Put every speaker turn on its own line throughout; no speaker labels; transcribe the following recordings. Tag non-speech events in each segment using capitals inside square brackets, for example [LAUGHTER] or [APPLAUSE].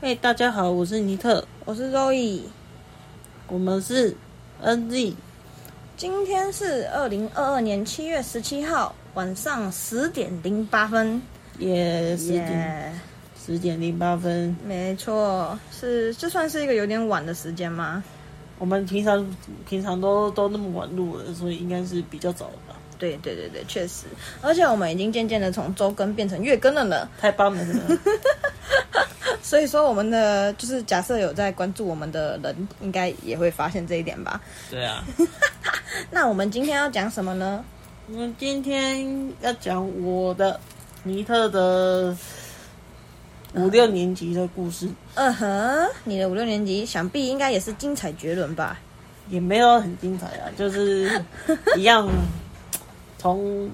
嘿、大家好，我是尼特，
我是周易，
我们是 NZ，
今天是二零二二年七月十七号晚上十点零八分，
也十点
耶
十点零八分。
没错，是这算是一个有点晚的时间吗？
我们平常平常都都那么晚录了，所以应该是比较早了吧？
对对对对，确实，而且我们已经渐渐的从周更变成月更了呢。
太棒了！真的
所以说，我们的就是假设有在关注我们的人，应该也会发现这一点吧。
[LAUGHS] 对啊，
那我们今天要讲什么呢？
我们今天要讲我的尼特的五六年级的故事，
嗯哼，你的五六年级想必应该也是精彩绝伦吧？
也没有很精彩啊，就是一样从。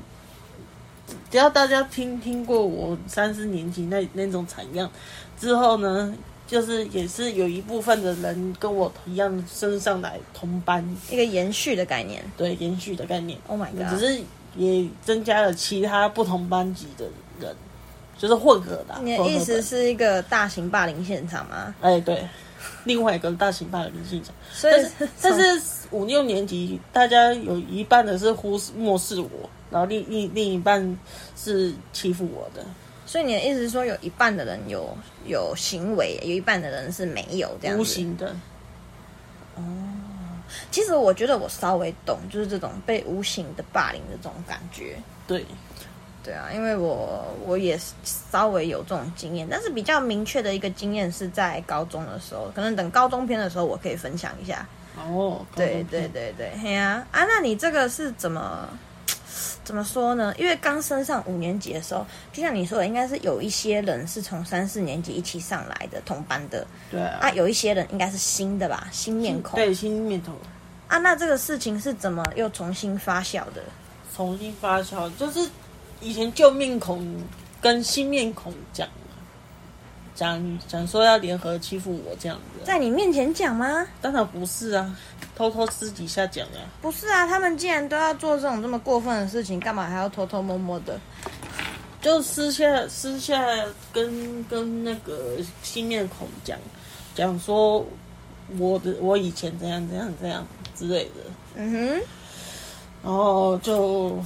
只要大家听听过我三四年级那那种惨样之后呢，就是也是有一部分的人跟我一样升上来同班，
一个延续的概念。
对延续的概念。
Oh my
只
god！
是也增加了其他不同班级的人，就是混合的啊、
你的
混合
意思
班？
是一个大型霸凌现场吗？
哎，对，另外一个大型霸凌现象。
所
但
以
是， [LAUGHS] 但是五六年级大家有一半的是忽视漠视我，然后另另另一半是欺负我的。
所以你的意思是说，有一半的人有有行为，有一半的人是没有这样
无
子。
形的，
其实我觉得我稍微懂，就是这种被无形的霸凌的这种感觉。
对，
对啊，因为我我也稍微有这种经验，但是比较明确的一个经验是在高中的时候，可能等高中篇的时候我可以分享一下。
哦，
对对，对对，嘿呀、啊，那你这个是怎么怎么说呢？因为刚升上五年级的时候，就像你说的，应该是有一些人是从三四年级一起上来的同班的
对啊，
啊，有一些人应该是新的吧，新面孔
对新面孔
啊。那这个事情是怎么又重新发酵的？
重新发酵，就是以前旧面孔跟新面孔讲。讲讲说要联合欺负我这样子啊，
在你面前讲吗？
当然不是啊，偷偷私底下讲啊。
不是啊，他们既然都要做这种这么过分的事情，干嘛还要偷偷摸摸的？
就私下私下跟跟那个新面孔讲，讲说我的我以前怎样怎样怎样之类的，
嗯哼，
然后就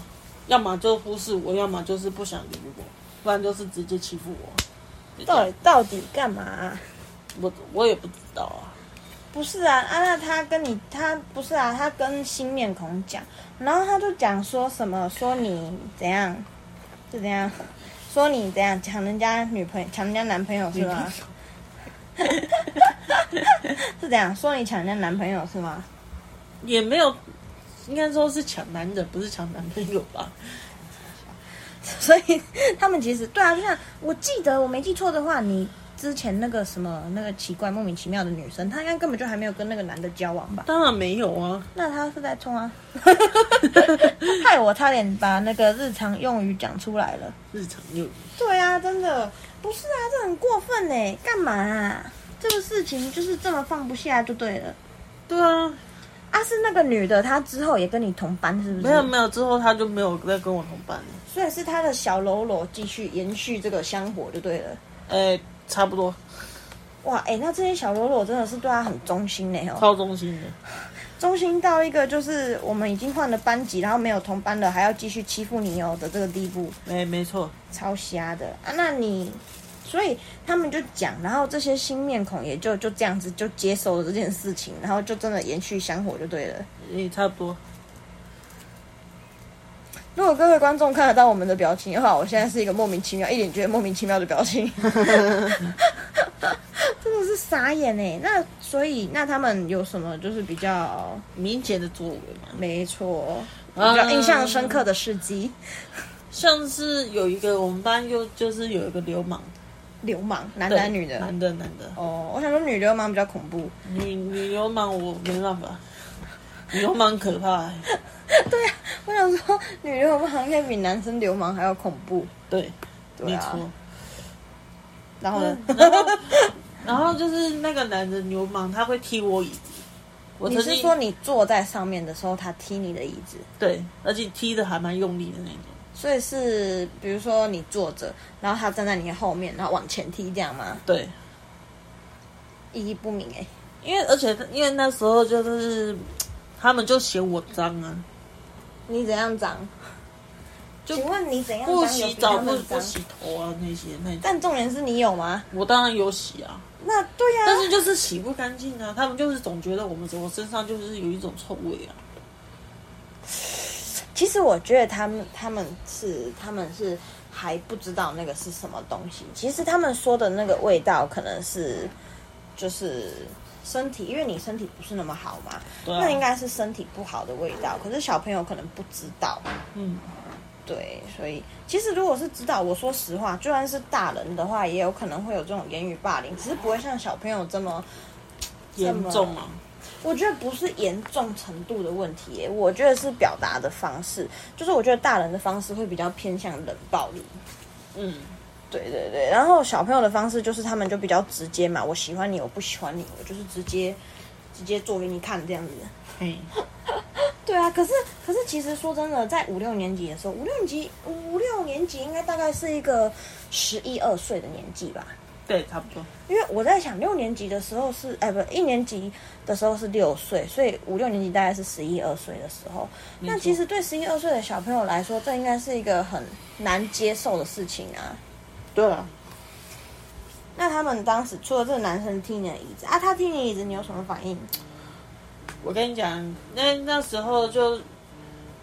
要么就忽视我，要么就是不想理我，不然就是直接欺负我。
到底到底干嘛、啊
我我也不知道啊，
不是啊，啊那他跟你他不是啊，他跟新面孔讲，然后他就讲说什么说你怎样，是怎样，说你怎样抢人家女朋友抢人家男朋友是吗？ [LAUGHS] 是怎样说你抢人家男朋友是吗？
也没有，啊应该说是抢男人，不是抢男朋友吧？
所以他们其实对啊，就像我记得我没记错的话，你之前那个什么那个奇怪莫名其妙的女生，她应该根本就还没有跟那个男的交往吧？
当然没有啊，
那他是在冲啊， [LAUGHS] 害我差点把那个日常用语讲出来了。
日常用语
对啊，真的不是啊，这很过分呢，干嘛、啊？这个事情就是这么放不下就对了。
对啊，
啊，是那个女的，她之后也跟你同班是不是？
没有没有，之后他就没有再跟我同伴了。
所以是她的小喽啰继续延续这个香火就对了。
呃，差不多，
哇，哎、那这些小喽啰真的是对她很忠心呢哦，
超中心的。
忠心到一个就是我们已经换了班级，然后没有同班了，还要继续欺负你哦的这个地步。
没没错，
超瞎的啊！那你，所以他们就讲，然后这些新面孔也就就这样子就接受了这件事情，然后就真的延续香火就对了。
也差不多。
如果各位观众看得到我们的表情的话，我现在是一个莫名其妙、一脸觉得莫名其妙的表情， [LAUGHS] 真的是傻眼哎！那所以那他们有什么就是比较
明显的作为嘛，
没错、比较
嗯
印象深刻的事迹？
像是有一个我们班又就是有一个流氓，
流氓，男
对
的还是女的？
男的男的，
哦，我想说女流氓比较恐怖。
女女流氓我没办法，女流氓可怕、欸，
我想说，女流氓应该比男生流氓还要恐怖。
对，
对
没
啊
错。
然后呢？
嗯
[LAUGHS]
然后然后就是那个男的流氓，他会踢我椅子，我
你
曾
是
经
说你坐在上面的时候，他踢你的椅子，
对，而且踢的还蛮用力的那种。
所以是比如说你坐着，然后他站在你后面，然后往前踢这样吗？
对，
意义不明哎、
因为而且因为那时候就是他们就嫌我脏啊，
你怎样长？
就
请问你怎样长
不
有
洗
比
澡
他
不
们
不
脏
洗头啊那些那
但重点是你有吗？
我当然有洗啊，
那对呀、
但是就是洗不干净啊，他们就是总觉得我们我身上就是有一种臭味啊。
其实我觉得他们他们是他们是还不知道那个是什么东西。其实他们说的那个味道可能是就是身体，因为你身体不是那么好嘛，
对啊
那应该是身体不好的味道。可是小朋友可能不知道，
嗯，
对，所以其实如果是知道，我说实话，就算是大人的话，也有可能会有这种言语霸凌，只是不会像小朋友这么。
严重啊，
我觉得不是严重程度的问题耶，我觉得是表达的方式，就是我觉得大人的方式会比较偏向冷暴力。
嗯，
对对对，然后小朋友的方式就是他们就比较直接嘛，我喜欢你，我不喜欢你，我就是直接直接做给你看这样子。
嘿，
对啊，可是可是其实说真的，在五六年级的时候，五六年级五六年级应该大概是一个十一二岁的年纪吧，
对，差不多。
因为我在想，六年级的时候是，哎，不，一年级的时候是六岁，所以五六年级大概是十一二岁的时候。那
错
其实对十一二岁的小朋友来说，这应该是一个很难接受的事情啊。
对啊，
那他们当时除了这个男生踢你的椅子啊，他踢你椅子，你有什么反应？
我跟你讲，那那时候就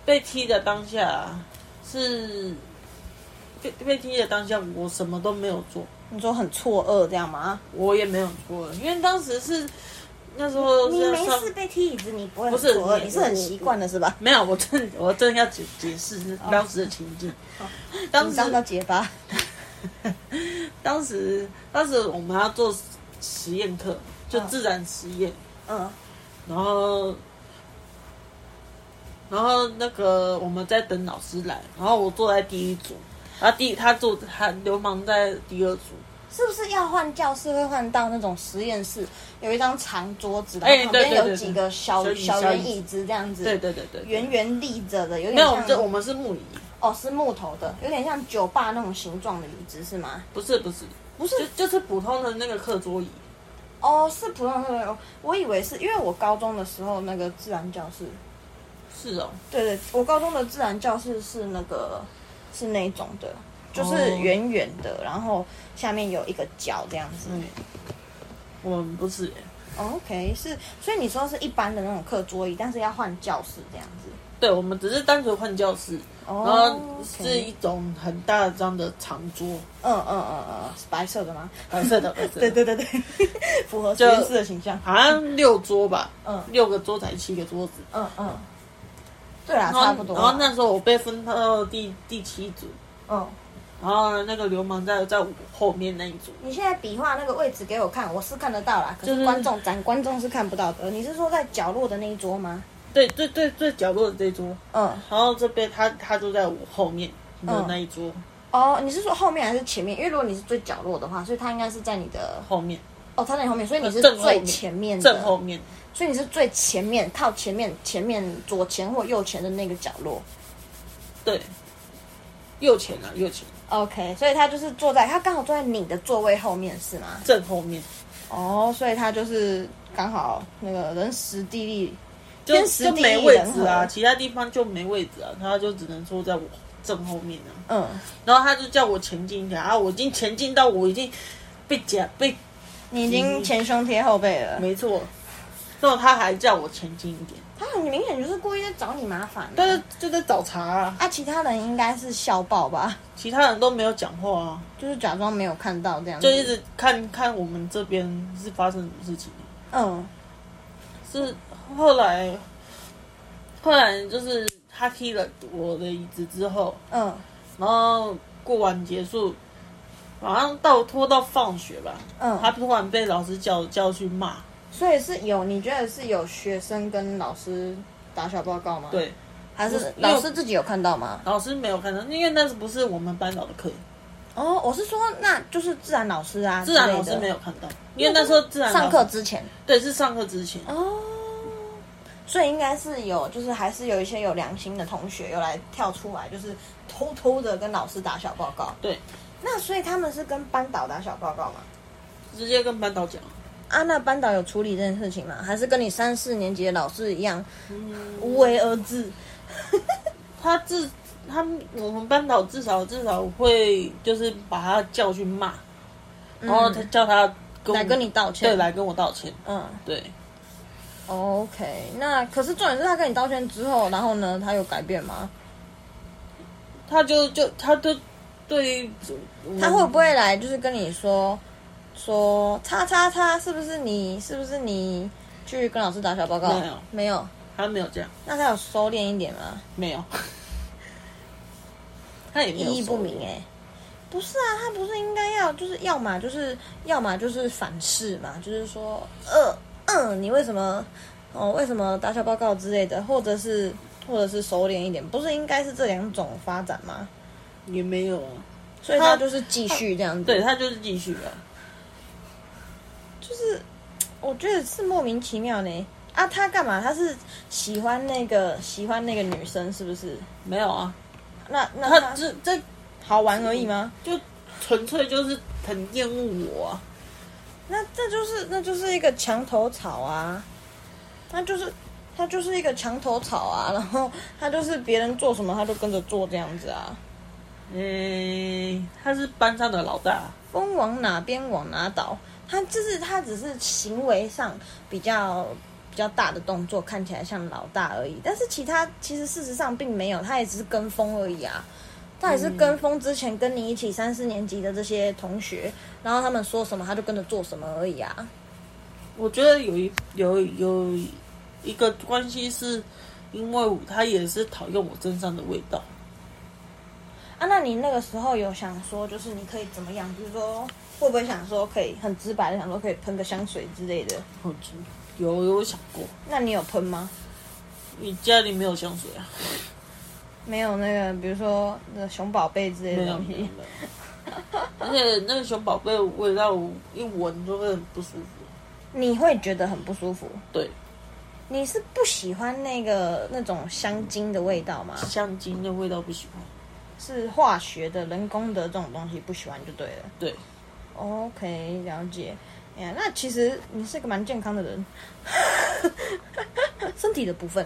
被踢的当下是被被踢的当下，我什么都没有做，
你说很错愕这样吗？
我也没有做，因为当时是那时候
你
是
没
要上
事被踢椅子，你不会
不
很
是
错愕，
你
你是很习惯的是吧？
没有，我正我正要解解释当时的情境。当
紧张到
时
结巴。
当时当时我们要做实验课，就自然实验，
嗯，
然后然后那个我们在等老师来，然后我坐在第一组，然后第他坐他流氓在第二组。
是不是要换教室会换到那种实验室，有一张长桌子，然
哎
后旁边
对对对
有几个小
对对
小
小
圆
椅
椅子这样子，
对对对对，
圆圆立着的，有
没
点
有，我们
像
这我们是木椅，
哦是木头的，有点像酒吧那种形状的椅子是吗？
不是不是，
不是
就就是普通的那个课桌椅。
哦，是普通的，我以为是因为我高中的时候那个自然教室，
是哦，
对对，我高中的自然教室是那个是那种的，就是
哦
圆圆的，然后下面有一个角这样子。
嗯，我们不是耶。
哦 OK，是，所以你说是一般的那种课桌椅，但是要换教室这样子。
对，我们只是单纯换教室，
哦
然后是
OK
一种很大张的长桌，呃
嗯嗯嗯嗯嗯，是白色的吗？
白色的，白色的，
对对对对，符合实
就
验室的形象。
好像六桌吧，
嗯
六个桌子还是七个桌子，
嗯嗯，对啦，
然
差
后
不多啦。
然后那时候我被分到第第七组，
嗯，
然后那个流氓在在我后面那一组，
你现在比划那个位置给我看，我是看得到啦，可
就是是
观众咱观众是看不到的。你是说在角落的那一桌吗？
对，最最最角落的这一桌，
嗯，
然后这边他他就在我后面的那一桌、
哦，你是说后面还是前面？因为如果你是最角落的话，所以他应该是在你的
后面
哦，他在你后面，所以你是
正后
最
面
前面的，
正后面，
所以你是最前面靠前面前面左前或右前的那个角落。
对，右前啊右前
OK，所以他就是坐在他刚好坐在你的座位后面是吗？
正后面，
哦，所以他就是刚好那个人时地利，
就
天时
就
地
没
利
位
人
置
和
啊，其他地方就没位置啊，他就只能坐在我正后面啊。
嗯，
然后他就叫我前进一点啊，我已经前进到我已经被夹被，
你已经前胸贴后背了。
没错。然后他还叫我前进一点，
他很啊明显就是故意在找你麻烦、啊。
但是就在找茬啊，
啊，其他人应该是笑爆吧，
其他人都没有讲话啊，
就是假装没有看到这样子。
就一直看看我们这边是发生什么事情。
嗯，
是后来，后来就是他踢了我的椅子之后，
嗯
然后过完结束，好像到拖到放学吧，他
嗯，
突然被老师叫叫去骂，
所以是有你觉得是有学生跟老师打小报告吗？，
对，
还
不
是
是因为
老师自己有看到吗？
老师没有看到，因为那是不是我们班导的课，
哦，我是说，那就是自然老师啊，
自然老师没
有，
有看到，因为那时候自然老
上
师
课之前
对是上课之前，
哦，所以应该是有，就是还是有一些有良心的同学又来跳出来，就是偷偷的跟老师打小报告。
对，
那所以他们是跟班导打小报告吗？
直接跟班导讲，
啊，那班导有处理这件事情吗？还是跟你三四年级的老师一样
嗯，
无为而治？
他至他们我们班导至少至少会就是把他叫去骂，然后他叫他跟我
来跟你道歉
对，来跟我道歉，
嗯
对，
哦，OK。那可是重点是他跟你道歉之后，然后呢，他有改变吗？
他就就他就对于我们
他会不会来就是跟你说说叉叉叉是不是你是不是你去跟老师打小报告？
没有
没有。
他没有这样，
那他有收敛一点吗？
没有， [LAUGHS] 他也没有
意义不
说
明哎、不是啊，他不是应该要就是要么就是要么就是反噬嘛，就是说呃嗯、你为什么哦为什么打小报告之类的，或者是或者是收敛一点，不是应该是这两种发展吗？
也没有啊，
所以他
他
就是继续这样子，
对他就是继续啊了，
就是我觉得是莫名其妙呢。啊，他干嘛？他是喜欢那个喜欢那个女生是不是？
没有啊，
那那
他
他
这这
好玩而已吗？
就纯粹就是很厌恶我、啊，
那这就是那就是一个墙头草啊，那就是他就是一个墙头草啊，然后他就是别人做什么他就跟着做这样子啊，
诶、他是班上的老大，啊
风往哪边往哪倒，他就是他只是行为上比较比较大的动作，看起来像老大而已，但是其他其实事实上并没有，他也只是跟风而已啊。他也是跟风之前跟你一起三四年级的这些同学，然后他们说什么他就跟着做什么而已啊。
我觉得有一有有一个关系是，因为他也是讨厌我身上的味道，
啊，那你那个时候有想说，就是你可以怎么样？比如说，会不会想说可以很直白的想说可以喷个香水之类的？
我知有有想过，
那你有喷吗？
你家里没有香水啊？
没有那个，比如说那个熊宝贝之类
没
的
有
东
没有
西。
没有，而且那个熊宝贝味道一闻就会很不舒服，
你会觉得很不舒服？
对，
你是不喜欢那个那种香精的味道吗？
香精的味道不喜欢，
是化学的、人工的这种东西不喜欢就对了。
对，
OK，了解。哎呀，那其实你是个蛮健康的人， [LAUGHS] 身体的部分，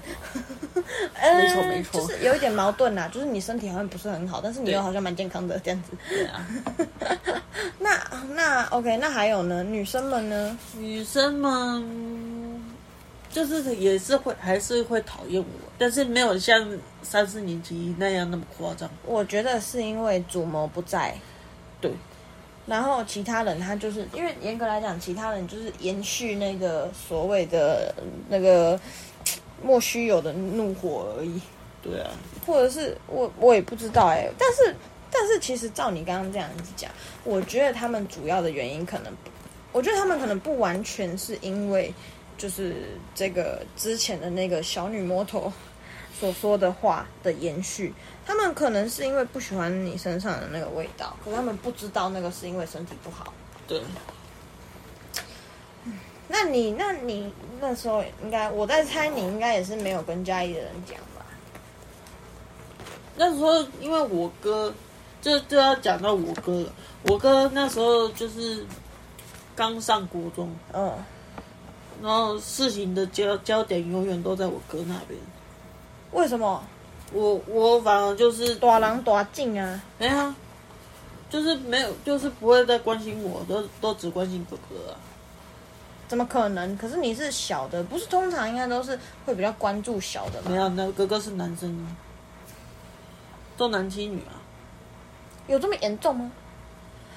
[LAUGHS] 没错
嗯
没错
就是有一点矛盾啦，就是你身体好像不是很好，但是你
对
又好像蛮健康的这样子。
对啊。
那那 OK，那还有呢？女生们呢？
女生们就是也是会还是会讨厌我，但是没有像三四年级那样那么夸张。
我觉得是因为主谋不在，
对，
然后其他人他就是因为严格来讲，其他人就是延续那个所谓的那个莫须有的怒火而已。
对啊，
或者是我我也不知道哎、但是但是其实照你刚刚这样子讲，我觉得他们主要的原因可能不，我觉得他们可能不完全是因为就是这个之前的那个小女魔头所说的话的延续，他们可能是因为不喜欢你身上的那个味道，可是他们不知道那个是因为身体不好。
对，
那你那你那时候应该我在猜，你应该也是没有跟家里的人讲吧？
那时候因为我哥，这就要讲到我哥了。我哥那时候就是刚上国中，
嗯，
然后事情的焦焦点永远都在我哥那边。
为什么？
我我反而就是
大狼大进啊！
没有啊，就是没有，就是不会再关心我，都都只关心哥哥啊。
怎么可能？可是你是小的，不是通常应该都是会比较关注小的
没
吗？
有，那哥哥是男生，重男轻女啊。
有这么严重吗？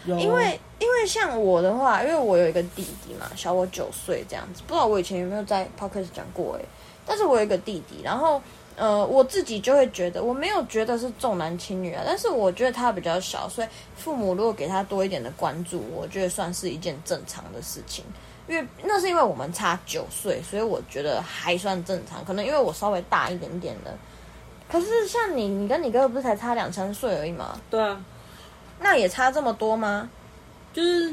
有，
因为因为像我的话，因为我有一个弟弟嘛，小我九岁这样子，不知道我以前有没有在 podcast 讲过诶、但是我有一个弟弟，然后呃，我自己就会觉得我没有觉得是重男轻女啊，但是我觉得他比较小，所以父母如果给他多一点的关注，我觉得算是一件正常的事情。因为那是因为我们差九岁，所以我觉得还算正常。可能因为我稍微大一点点的，可是像你，你跟你哥哥不是才差两三岁而已吗？
对啊，
那也差这么多吗？
就是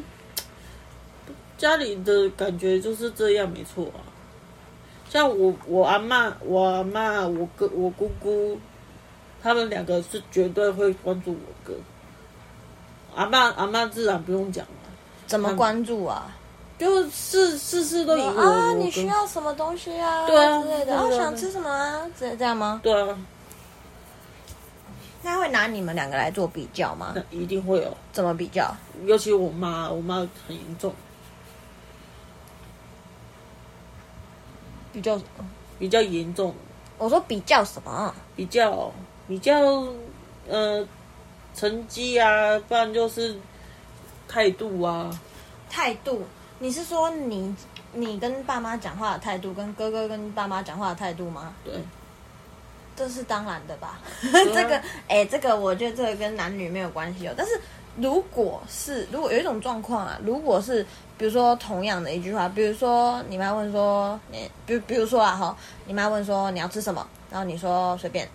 家里的感觉就是这样，没错啊。像我我阿妈、我阿妈、我哥、我姑姑，他们两个是绝对会关注我哥。阿妈阿妈自然不用讲了，
怎么关注啊？
就事事事都以我
啊，
我
你
哥
需要什么东西啊？
对啊
之类
对
的。
啊
啊，
对啊
想吃什么啊？之类这样吗？
对啊，
那会拿你们两个来做比较吗
那？一定会有。
怎么比较？
尤其我妈，我妈很严重，
比较？
比较严重，
我说比较什么？
比较比较呃成绩啊，不然就是态度啊。
态度？你是说你你跟爸妈讲话的态度，跟哥哥跟爸妈讲话的态度吗？
对，
这是当然的吧？ [LAUGHS] 这个，哎、这个我觉得这个跟男女没有关系哦。但是如果是如果有一种状况啊，如果是比如说同样的一句话，比如说你妈问说你，比如比如说啊哈，你妈问说你要吃什么，然后你说随便，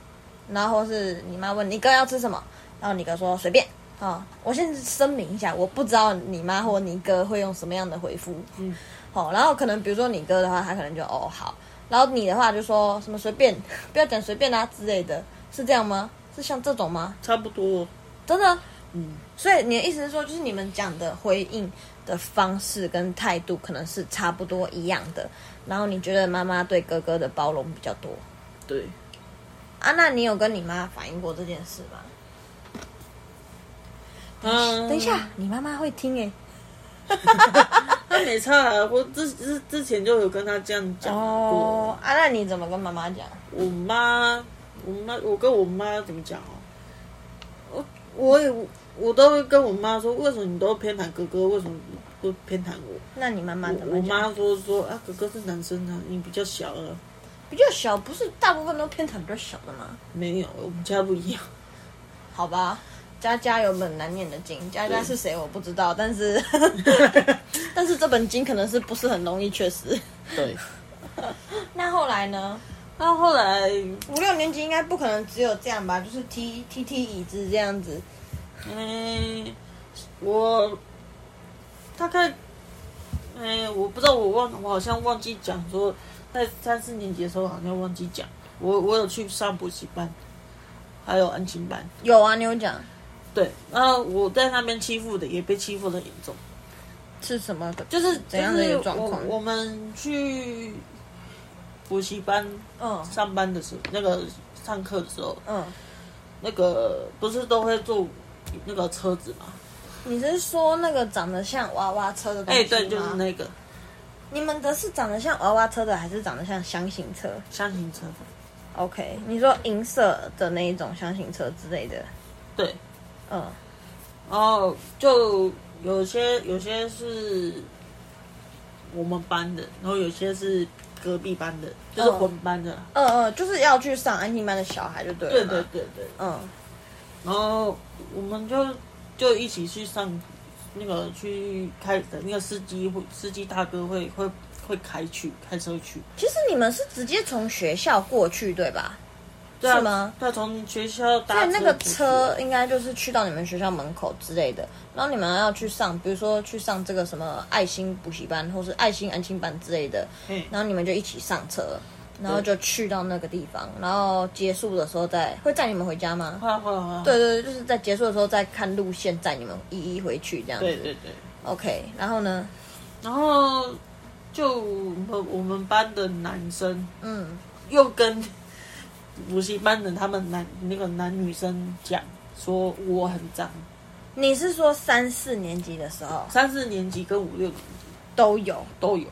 然后或是你妈问你哥要吃什么，然后你哥说随便。啊、我先声明一下，我不知道你妈或你哥会用什么样的回复。
嗯，
好、然后可能比如说你哥的话，他可能就哦好，然后你的话就说什么随便， [LAUGHS] 不要讲随便啊之类的，是这样吗？是像这种吗？
差不多。
真的？
嗯，
所以你的意思是说，就是你们讲的回应的方式跟态度可能是差不多一样的，然后你觉得妈妈对哥哥的包容比较多
对，
啊？那你有跟你妈反映过这件事吗？
嗯，
哎等一下，你妈妈会听诶、
他没差啊，我之之之前就有跟他这样讲过。
哦，啊，那你怎么跟妈妈讲？
我妈，我妈，我跟我妈怎么讲哦？我我也我都会跟我妈说，为什么你都偏袒哥哥，为什么不偏袒我？
那你妈妈怎
我
么
我
讲？
妈说说啊，哥哥是男生啊，你比较小了。
比较小，不是大部分都偏袒比较小的吗？
没有，我们家不一样。
好吧，家家有本难念的经，家家是谁我不知道，但 [LAUGHS] 是但是这本经可能是不是很容易，确 [LAUGHS] 实。
[LAUGHS] 对。
那后来呢？
那后来，
五六年级应该不可能只有这样吧，就是踢踢踢椅子这样子。
嗯、我大概，嗯、我不知道，我忘，我好像忘记讲说，在三四年级的时候好像忘记讲，我我有去上补习班，还有安亲班。
有啊，你有讲
对，然后我在那边欺负的，也被欺负的很严重，
是什么？
就是
怎样的一个
就是
状
我
况
我们去补习班
嗯
上班的时候，那个上课的时候，
嗯，
那个不是都会坐那个车子嘛？
你是说那个长得像娃娃车的东
哎、
西吗？
对，就是那个
你们的是长得像娃娃车的，还是长得像箱型车
箱型车，
？OK，你说银色的那一种箱型车之类的，
对，
嗯，
然后就有些有些是我们班的，然后有些是隔壁班的，就是
嗯
混班的啦。
嗯嗯，就是要去上安静班的小孩就对了
对
嘛。
对对对。
嗯
然后我们就就一起去上那个去开那个司机会司机大哥会会会开去开车去，，
其实你们是直接从学校过去对吧？
对啊
是吗？
对啊，从学校搭
所以那个
过去
车应该就是去到你们学校门口之类的，然后你们要去上，比如说去上这个什么爱心补习班或是爱心安亲班之类的，
嗯
然后你们就一起上车，然后就去到那个地方，然后结束的时候再会载你们回家吗？
会啊会啊会啊，
对对，对就是在结束的时候再看路线载你们一一回去这样子。
对对对，
OK，然后呢？
然后就我们我们班的男生
嗯，
又跟补习班的他们男那个男女生讲说我很脏，
你是说三四年级的时候
三四年级跟五六年级
都有？
都有，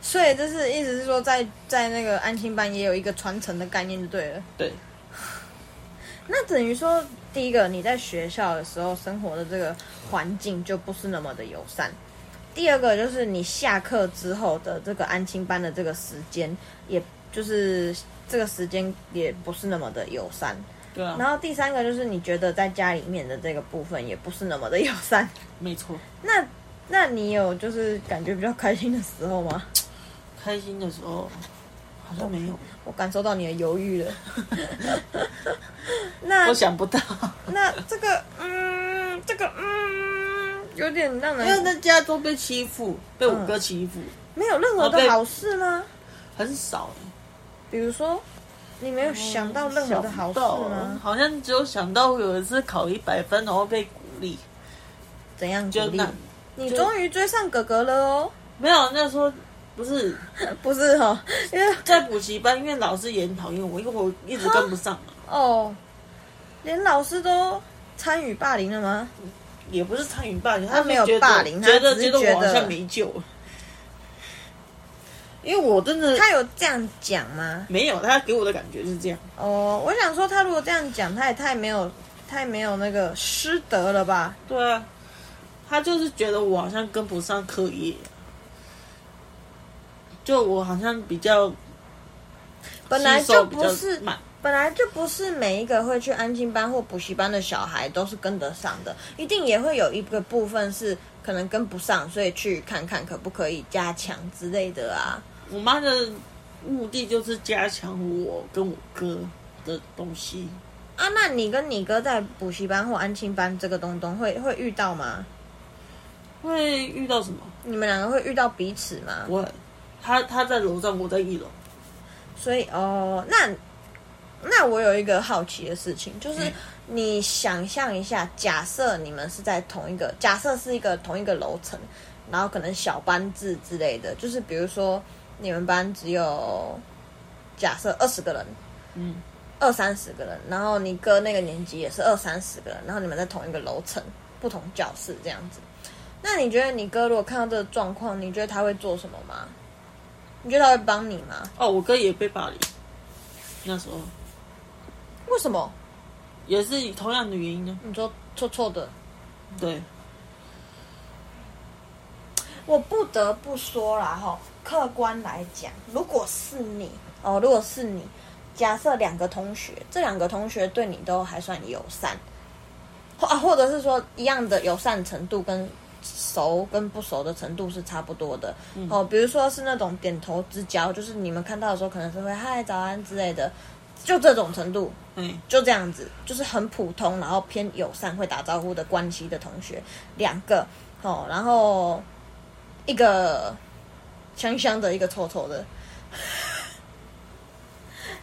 所以就是意思是说在，在那个安亲班也有一个传承的概念就对了。
对
[LAUGHS] 那等于说，第一个你在学校的时候生活的这个环境就不是那么的友善；第二个就是你下课之后的这个安亲班的这个时间，也就是这个时间也不是那么的友善。
对啊，
然后第三个就是你觉得在家里面的这个部分也不是那么的友善。
没错。
那那你有就是感觉比较开心的时候吗？
开心的时候好像没有，
我感受到你的犹豫
[LAUGHS]
了。那
我想不到，
那这个，嗯，这个，嗯，有点让
因为
人嗯
在家都被欺负，被我哥欺负，
没有任何
哦
的
对
好事吗？
很少欸、
比如说，你没有想到任何的好事
哦想不到
吗？
好像只有想到有一次考一百分，然后被鼓励，
怎样鼓
就
励
那？
你终于追上哥哥了哦！
没有那时候 [LAUGHS] 不是
不是哦，因为
在补习班，因为老师也很讨厌我，因为我一直跟不上嘛，
哦，连老师都参与霸凌了吗？
也不是参与霸凌，
他
就
没有
觉得
霸凌他
觉得
只是
得我好
觉得
像没救了，因为我真的
他有这样讲吗？
没有，他给我的感觉是这样，
哦，我想说，他如果这样讲，他也太没有，太没有那个师德了吧？
对啊，他就是觉得我好像跟不上课业。就我好像比较
本来
吸收
就
比
不
较
是
慢，
本来就不是每一个会去安静班或补习班的小孩都是跟得上的，一定也会有一个部分是可能跟不上，所以去看看可不可以加强之类的啊。
我妈的目的就是加强我跟我哥的东西。
啊，那你跟你哥在补习班或安静班这个东东会会遇到吗？
会遇到什么？
你们两个会遇到彼此吗？
不会，他他在楼上，我在一楼。
所以哦，那那我有一个好奇的事情，就是
嗯
你想象一下，假设你们是在同一个，假设是一个同一个楼层，然后可能小班制之类的，就是比如说你们班只有假设二十个人，
嗯，
二三十个人，然后你哥那个年级也是二三十个人，然后你们在同一个楼层、不同教室这样子。那你觉得你哥如果看到这个状况，你觉得他会做什么吗？你觉得他会帮你吗？
哦，我哥也被霸凌，那时候
为什么？
也是以同样的原因呢。
你说臭臭的，
对，
我不得不说啦哈，客观来讲，如果是你哦，如果是你，假设两个同学，这两个同学对你都还算友善，或啊，或者是说一样的友善程度跟熟跟不熟的程度是差不多的、哦，比如说是那种点头之交，就是你们看到的时候可能是会嗨早安之类的，就这种程度，
哎，
就这样子，就是很普通，然后偏友善会打招呼的关系的同学，两个哦，然后一个香香的，一个臭臭的。 [LAUGHS]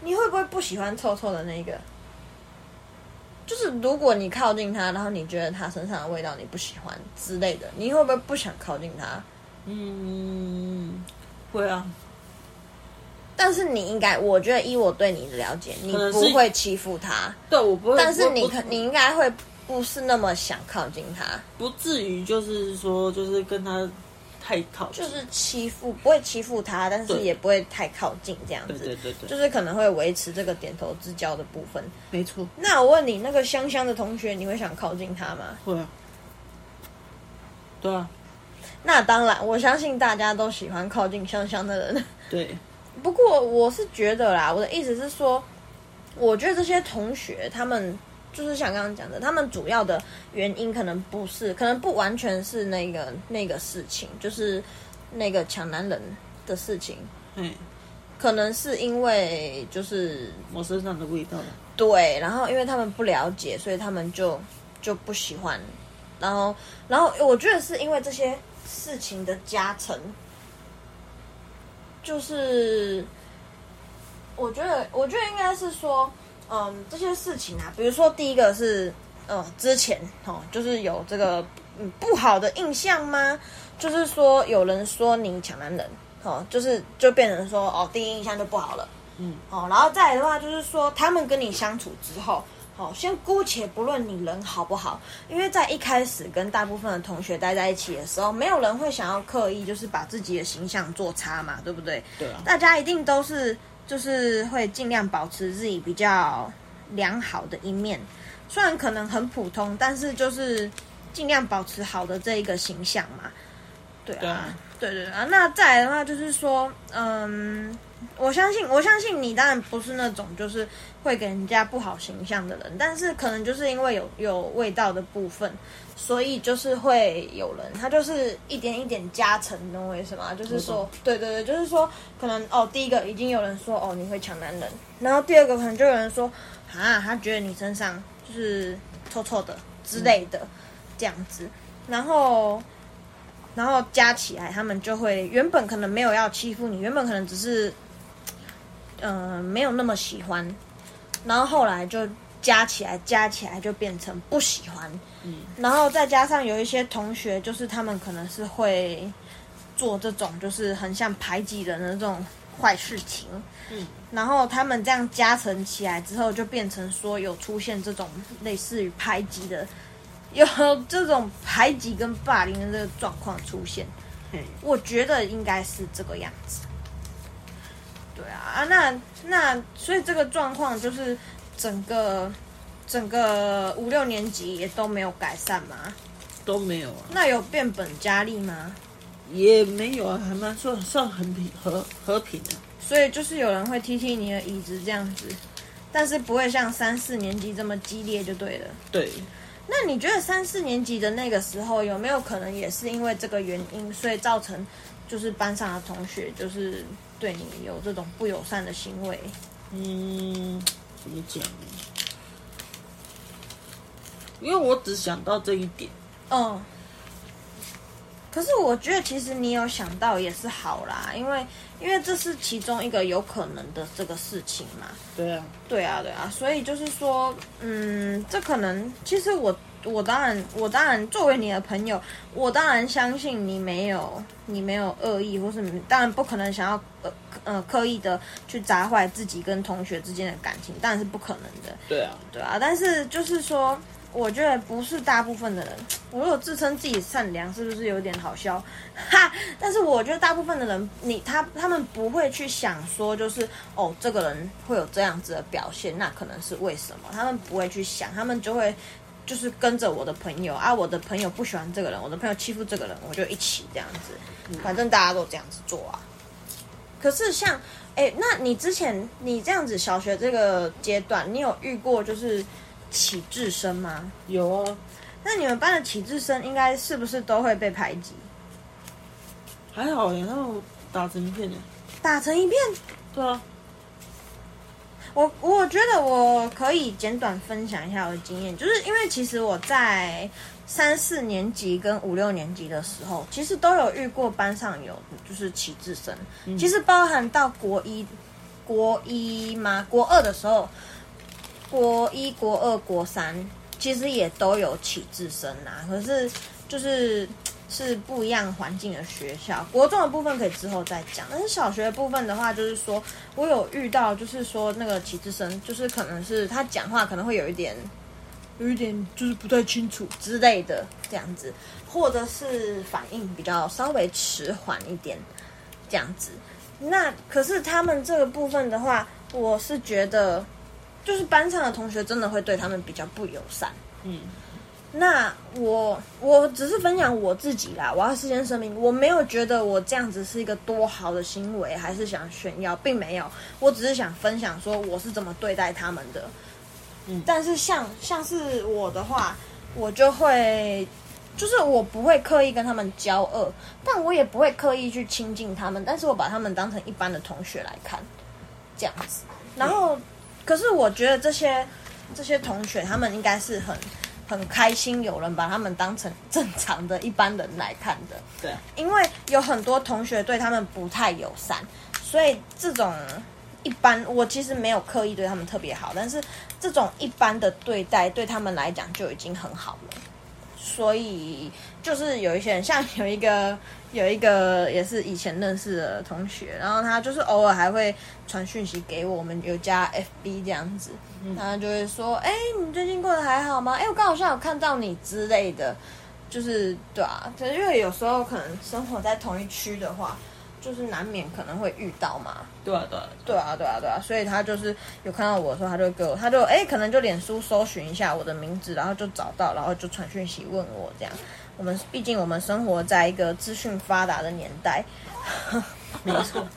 你会不会不喜欢臭臭的那个？就是如果你靠近他，然后你觉得他身上的味道你不喜欢之类的，你会不会不想靠近他？
嗯，会啊，
但是你应该，我觉得依我对你的了解，你
可能是
不会欺负他，
对我不会。
但是
不
你
不
可你应该会不是那么想靠近他，
不至于就是说就是跟他太靠近，
就是欺负不会欺负他，但是
对
也不会太靠近这样
对
子，
对对对，
就是可能会维持这个点头之交的部分。
没错，
那我问你，那个香香的同学，你会想靠近他吗？
会啊，对啊，
那当然，我相信大家都喜欢靠近香香的人。
对，
不过我是觉得啦，我的意思是说，我觉得这些同学他们就是像刚刚讲的，他们主要的原因可能不是，可能不完全是那个那个事情，就是那个抢男人的事情，
哎，
可能是因为就是
我身上的味道。啊
对，然后因为他们不了解，所以他们就就不喜欢。然后，然后我觉得是因为这些事情的加成，就是我觉得，我觉得应该是说，嗯，这些事情啊，比如说第一个是，嗯，之前哦，就是有这个嗯不好的印象吗？就是说有人说你抢男人，哦，就是就变成说哦，第一印象就不好了。
嗯
哦，然后再来的话就是说，他们跟你相处之后，哦，先姑且不论你人好不好，因为在一开始跟大部分的同学待在一起的时候，没有人会想要刻意就是把自己的形象做差嘛，对不对？
对啊，
大家一定都是就是会尽量保持自己比较良好的一面，虽然可能很普通，但是就是尽量保持好的这一个形象嘛。对
对
啊
啊，
对对对啊。那再来的话就是说，嗯，我相信我相信你当然不是那种就是会给人家不好形象的人，但是可能就是因为有有味道的部分。所以就是会有人，他就是一点一点加成，你懂我意思吗？就是
我
说
懂，
对对对，就是说，可能哦，第一个已经有人说哦你会抢男人，然后第二个可能就有人说啊，他觉得你身上就是臭臭的之类的、这样子，然后然后加起来，他们就会原本可能没有要欺负你，原本可能只是呃没有那么喜欢，然后后来就加起来加起来就变成不喜欢，
嗯，
然后再加上有一些同学，就是他们可能是会做这种就是很像排挤人的这种坏事情，
嗯，
然后他们这样加成起来之后，就变成说有出现这种类似于排挤的，有这种排挤跟霸凌的这个状况出现。
嘿，
我觉得应该是这个样子。对啊，啊那那所以这个状况就是整个整个五六年级也都没有改善嘛？
都没有啊，
那有变本加厉吗？
也没有啊，还蛮算算很平和和平啊的、
所以就是有人会踢踢你的椅子这样子，但是不会像三四年级这么激烈就对了。
对，
那你觉得三四年级的那个时候有没有可能也是因为这个原因，所以造成就是班上的同学就是对你有这种不友善的行为？
嗯，怎么讲呢？因为我只想到这一点，
嗯，可是我觉得其实你有想到也是好啦，因为因为这是其中一个有可能的这个事情嘛。
对啊，
对啊，对啊，所以就是说，嗯，这可能其实我我当然我当然作为你的朋友，我当然相信你没有你没有恶意，或是你当然不可能想要呃呃刻意的去砸坏自己跟同学之间的感情，当然是不可能的。
对啊，
对啊，但是就是说，我觉得不是大部分的人，我如果自称自己善良，是不是有点好笑？ [LAUGHS] 哈，但是我觉得大部分的人，你他他们不会去想说，就是哦，这个人会有这样子的表现，那可能是为什么？他们不会去想，他们就会。就是跟着我的朋友啊，我的朋友不喜欢这个人，我的朋友欺负这个人，我就一起这样子，反正大家都这样子做啊。可是像，哎、那你之前你这样子小学这个阶段，你有遇过就是启智生吗？
有啊，
那你们班的启智生应该是不是都会被排挤，
还好耶，他们打成一片耶，
打成一片？
对啊，
我我觉得我可以简短分享一下我的经验，就是因为其实我在三四年级跟五六年级的时候，其实都有遇过班上有就是旗帜生，其实包含到国一、国一嘛，国二的时候，国一、国二、国三其实也都有旗帜生啦，啊可是就是。是不一样环境的学校，国中的部分可以之后再讲。但是小学的部分的话，就是说我有遇到，就是说那个旗帜生，就是可能是他讲话可能会有一点，有一点就是不太清楚之类的这样子，或者是反应比较稍微迟缓一点这样子。那可是他们这个部分的话，我是觉得，就是班上的同学真的会对他们比较不友善。
嗯，
那我我只是分享我自己啦，我要事先声明，我没有觉得我这样子是一个多好的行为，还是想炫耀，并没有，我只是想分享说我是怎么对待他们的。
嗯
但是像像是我的话，我就会，就是我不会刻意跟他们交恶，但我也不会刻意去亲近他们，但是我把他们当成一般的同学来看，这样子。然后，可是我觉得这些这些同学他们应该是很很开心，有人把他们当成正常的一般人来看的。
对啊，
因为有很多同学对他们不太友善，所以这种一般我其实没有刻意对他们特别好，但是这种一般的对待对他们来讲就已经很好了。所以就是有一些人，像有一个有一个也是以前认识的同学，然后他就是偶尔还会传讯息给我，我们有加 FB 这样子，他就会说：“哎、你最近过得还好吗？哎、我刚好像有看到你之类的。”就是对啊，对，因为有时候可能生活在同一区的话，就是难免可能会遇到嘛。
对啊，对啊，
对啊，对啊，对啊，所以他就是有看到我的时候，他就给我，他就哎、诶可能就脸书搜寻一下我的名字，然后就找到，然后就传讯息问我这样。我们毕竟我们生活在一个资讯发达的年代，
没错，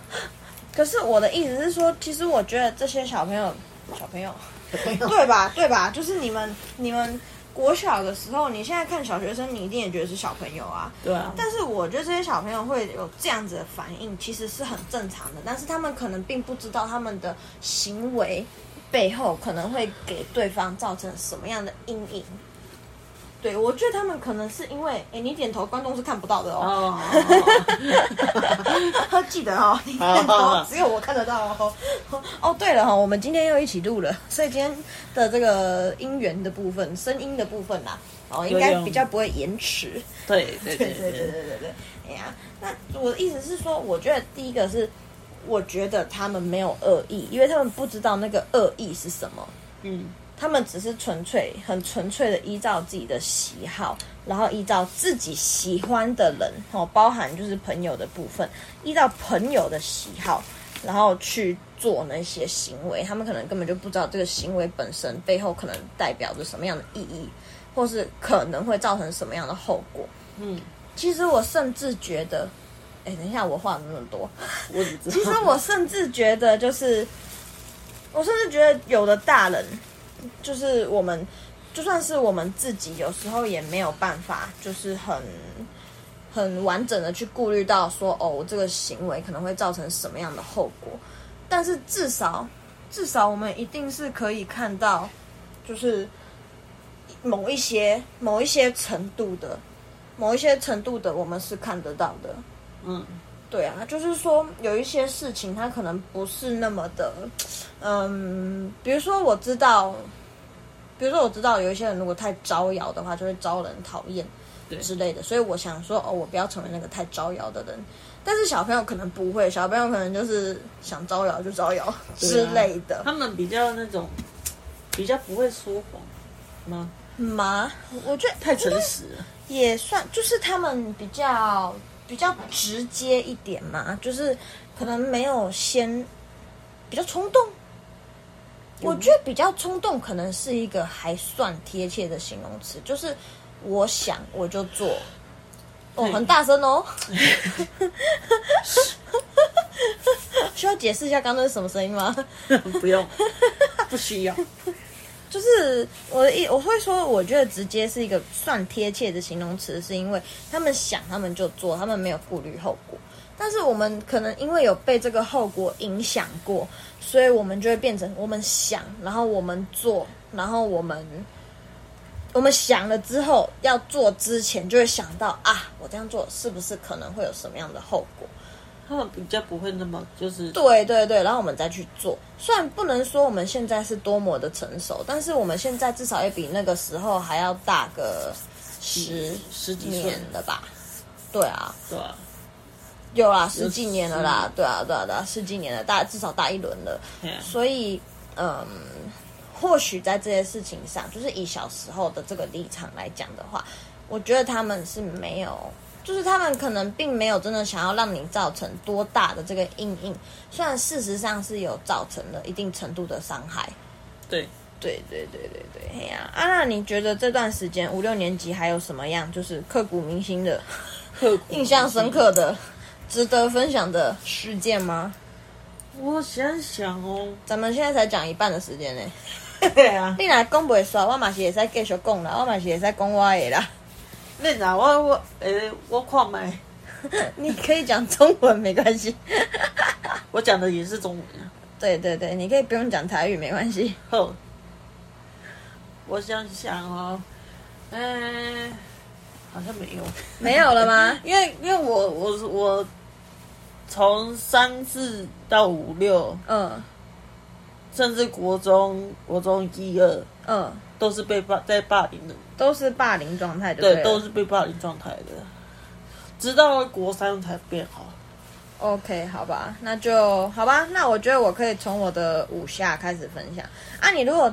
可是我的意思是说，其实我觉得这些小朋友，小朋友，对吧？对吧？就是你们，你们国小的时候，你现在看小学生，你一定也觉得是小朋友啊。
对啊，
但是我觉得这些小朋友会有这样子的反应，其实是很正常的。但是他们可能并不知道他们的行为背后可能会给对方造成什么样的阴影。对，我觉得他们可能是因为，哎、你点头，观众是看不到的哦。
哦， [LAUGHS]
[LAUGHS] 记得哦，你
好好
看到
好
只有我看得到哦。 [LAUGHS] 哦，对了哈、我们今天又一起录了，所以今天的这个音源的部分、声音的部分啦，哦，应
有
该
用
比较不会延迟。
对对
对
对
对对
对，
对对对，哎呀，那我的意思是说，我觉得第一个是，我觉得他们没有恶意，因为他们不知道那个恶意是什么。
嗯，
他们只是纯粹、很纯粹的依照自己的喜好，然后依照自己喜欢的人哦，包含就是朋友的部分，依照朋友的喜好，然后去做那些行为。他们可能根本就不知道这个行为本身背后可能代表着什么样的意义，或是可能会造成什么样的后果。
嗯，
其实我甚至觉得，哎，等一下我话怎么那么多？
我只知道。
其实我甚至觉得，就是我甚至觉得有的大人，就是我们，就算是我们自己，有时候也没有办法，就是很很完整的去顾虑到说，哦，我这个行为可能会造成什么样的后果。但是至少，至少我们一定是可以看到，就是某一些某一些程度的，某一些程度的，我们是看得到的。
嗯，
对啊，就是说有一些事情，它可能不是那么的，嗯，比如说我知道，比如说我知道有一些人如果太招摇的话，就会招人讨厌
对
之类的，所以我想说，哦，我不要成为那个太招摇的人。但是小朋友可能不会，小朋友可能就是想招摇就招摇之
对啊
类的。
他们比较那种，比较不会说谎吗？
妈，我觉得
太诚实 [LAUGHS] 了。
也算，就是他们比较比较直接一点嘛，就是可能没有先比较冲动。我觉得比较冲动可能是一个还算贴切的形容词，就是我想我就做，哦，
对
很大声哦。需要解释一下刚刚那是什么声音吗？
不用，不需要。
就是我的意，我会说，我觉得直接是一个算贴切的形容词，是因为他们想，他们就做，他们没有顾虑后果。但是我们可能因为有被这个后果影响过，所以我们就会变成我们想，然后我们做，然后我们我们想了之后要做之前，就会想到啊，我这样做是不是可能会有什么样的后果？
他们比较不会那么就是
对对对，然后我们再去做。虽然不能说我们现在是多么的成熟，但是我们现在至少也比那个时候还要大个十
十几岁
年，了吧？对啊，
对吧？
有啦，十几年了啦，对啊，对啊，对啊，十几年了，大至少大一轮了。
哎呀
所以，嗯，或许在这些事情上，就是以小时候的这个立场来讲的话，我觉得他们是没有，就是他们可能并没有真的想要让你造成多大的这个阴影，虽然事实上是有造成了一定程度的伤害。
对，
对对对对对，哎呀、啊，那你觉得这段时间五六年级还有什么样就是刻骨铭心 [LAUGHS] 的、
刻骨
印象深刻的、值得分享的事件吗？
我想想
[LAUGHS]
哦，
咱们现在才讲一半的时间呢、
对啊，
你若讲袂煞，我嘛是会使继续讲啦，我嘛是会使讲我的啦。 [LAUGHS]
那哪我我诶、我看麦，
你可以讲中文没关系， [LAUGHS]
我讲的也是中文啊。
对对对，你可以不用讲台语没关系。
后，我想想哦，嗯、好像没有，
没有
[LAUGHS]
了吗？
因为因为我我我从三四到五六，
嗯
甚至国中国中一二
嗯，
都是被霸在霸凌的，
都是霸凌状态就
对，
了
都是被霸凌状态的，直到国三才变好。
OK，好吧，那就好吧。那我觉得我可以从我的五下开始分享。啊，你如果，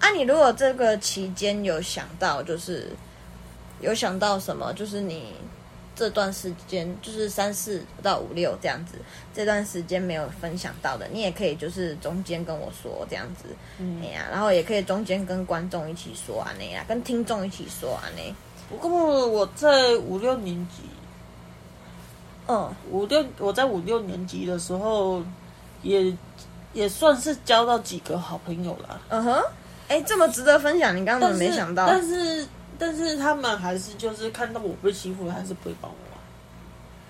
啊，你如果这个期间有想到，就是有想到什么，就是你这段时间，就是三四到五六这样子，这段时间没有分享到的，你也可以就是中间跟我说这样子，
嗯
哎呀、然后也可以中间跟观众一起说啊，那呀、跟听众一起说啊，那，
不过我在五六年级，
嗯
五六我在五六年级的时候，也也算是交到几个好朋友啦。
嗯哼，哎，这么值得分享，你刚
但
刚怎
是
么没想到？
但是但是他们还是就是看到我被欺负，还是不会帮我啊。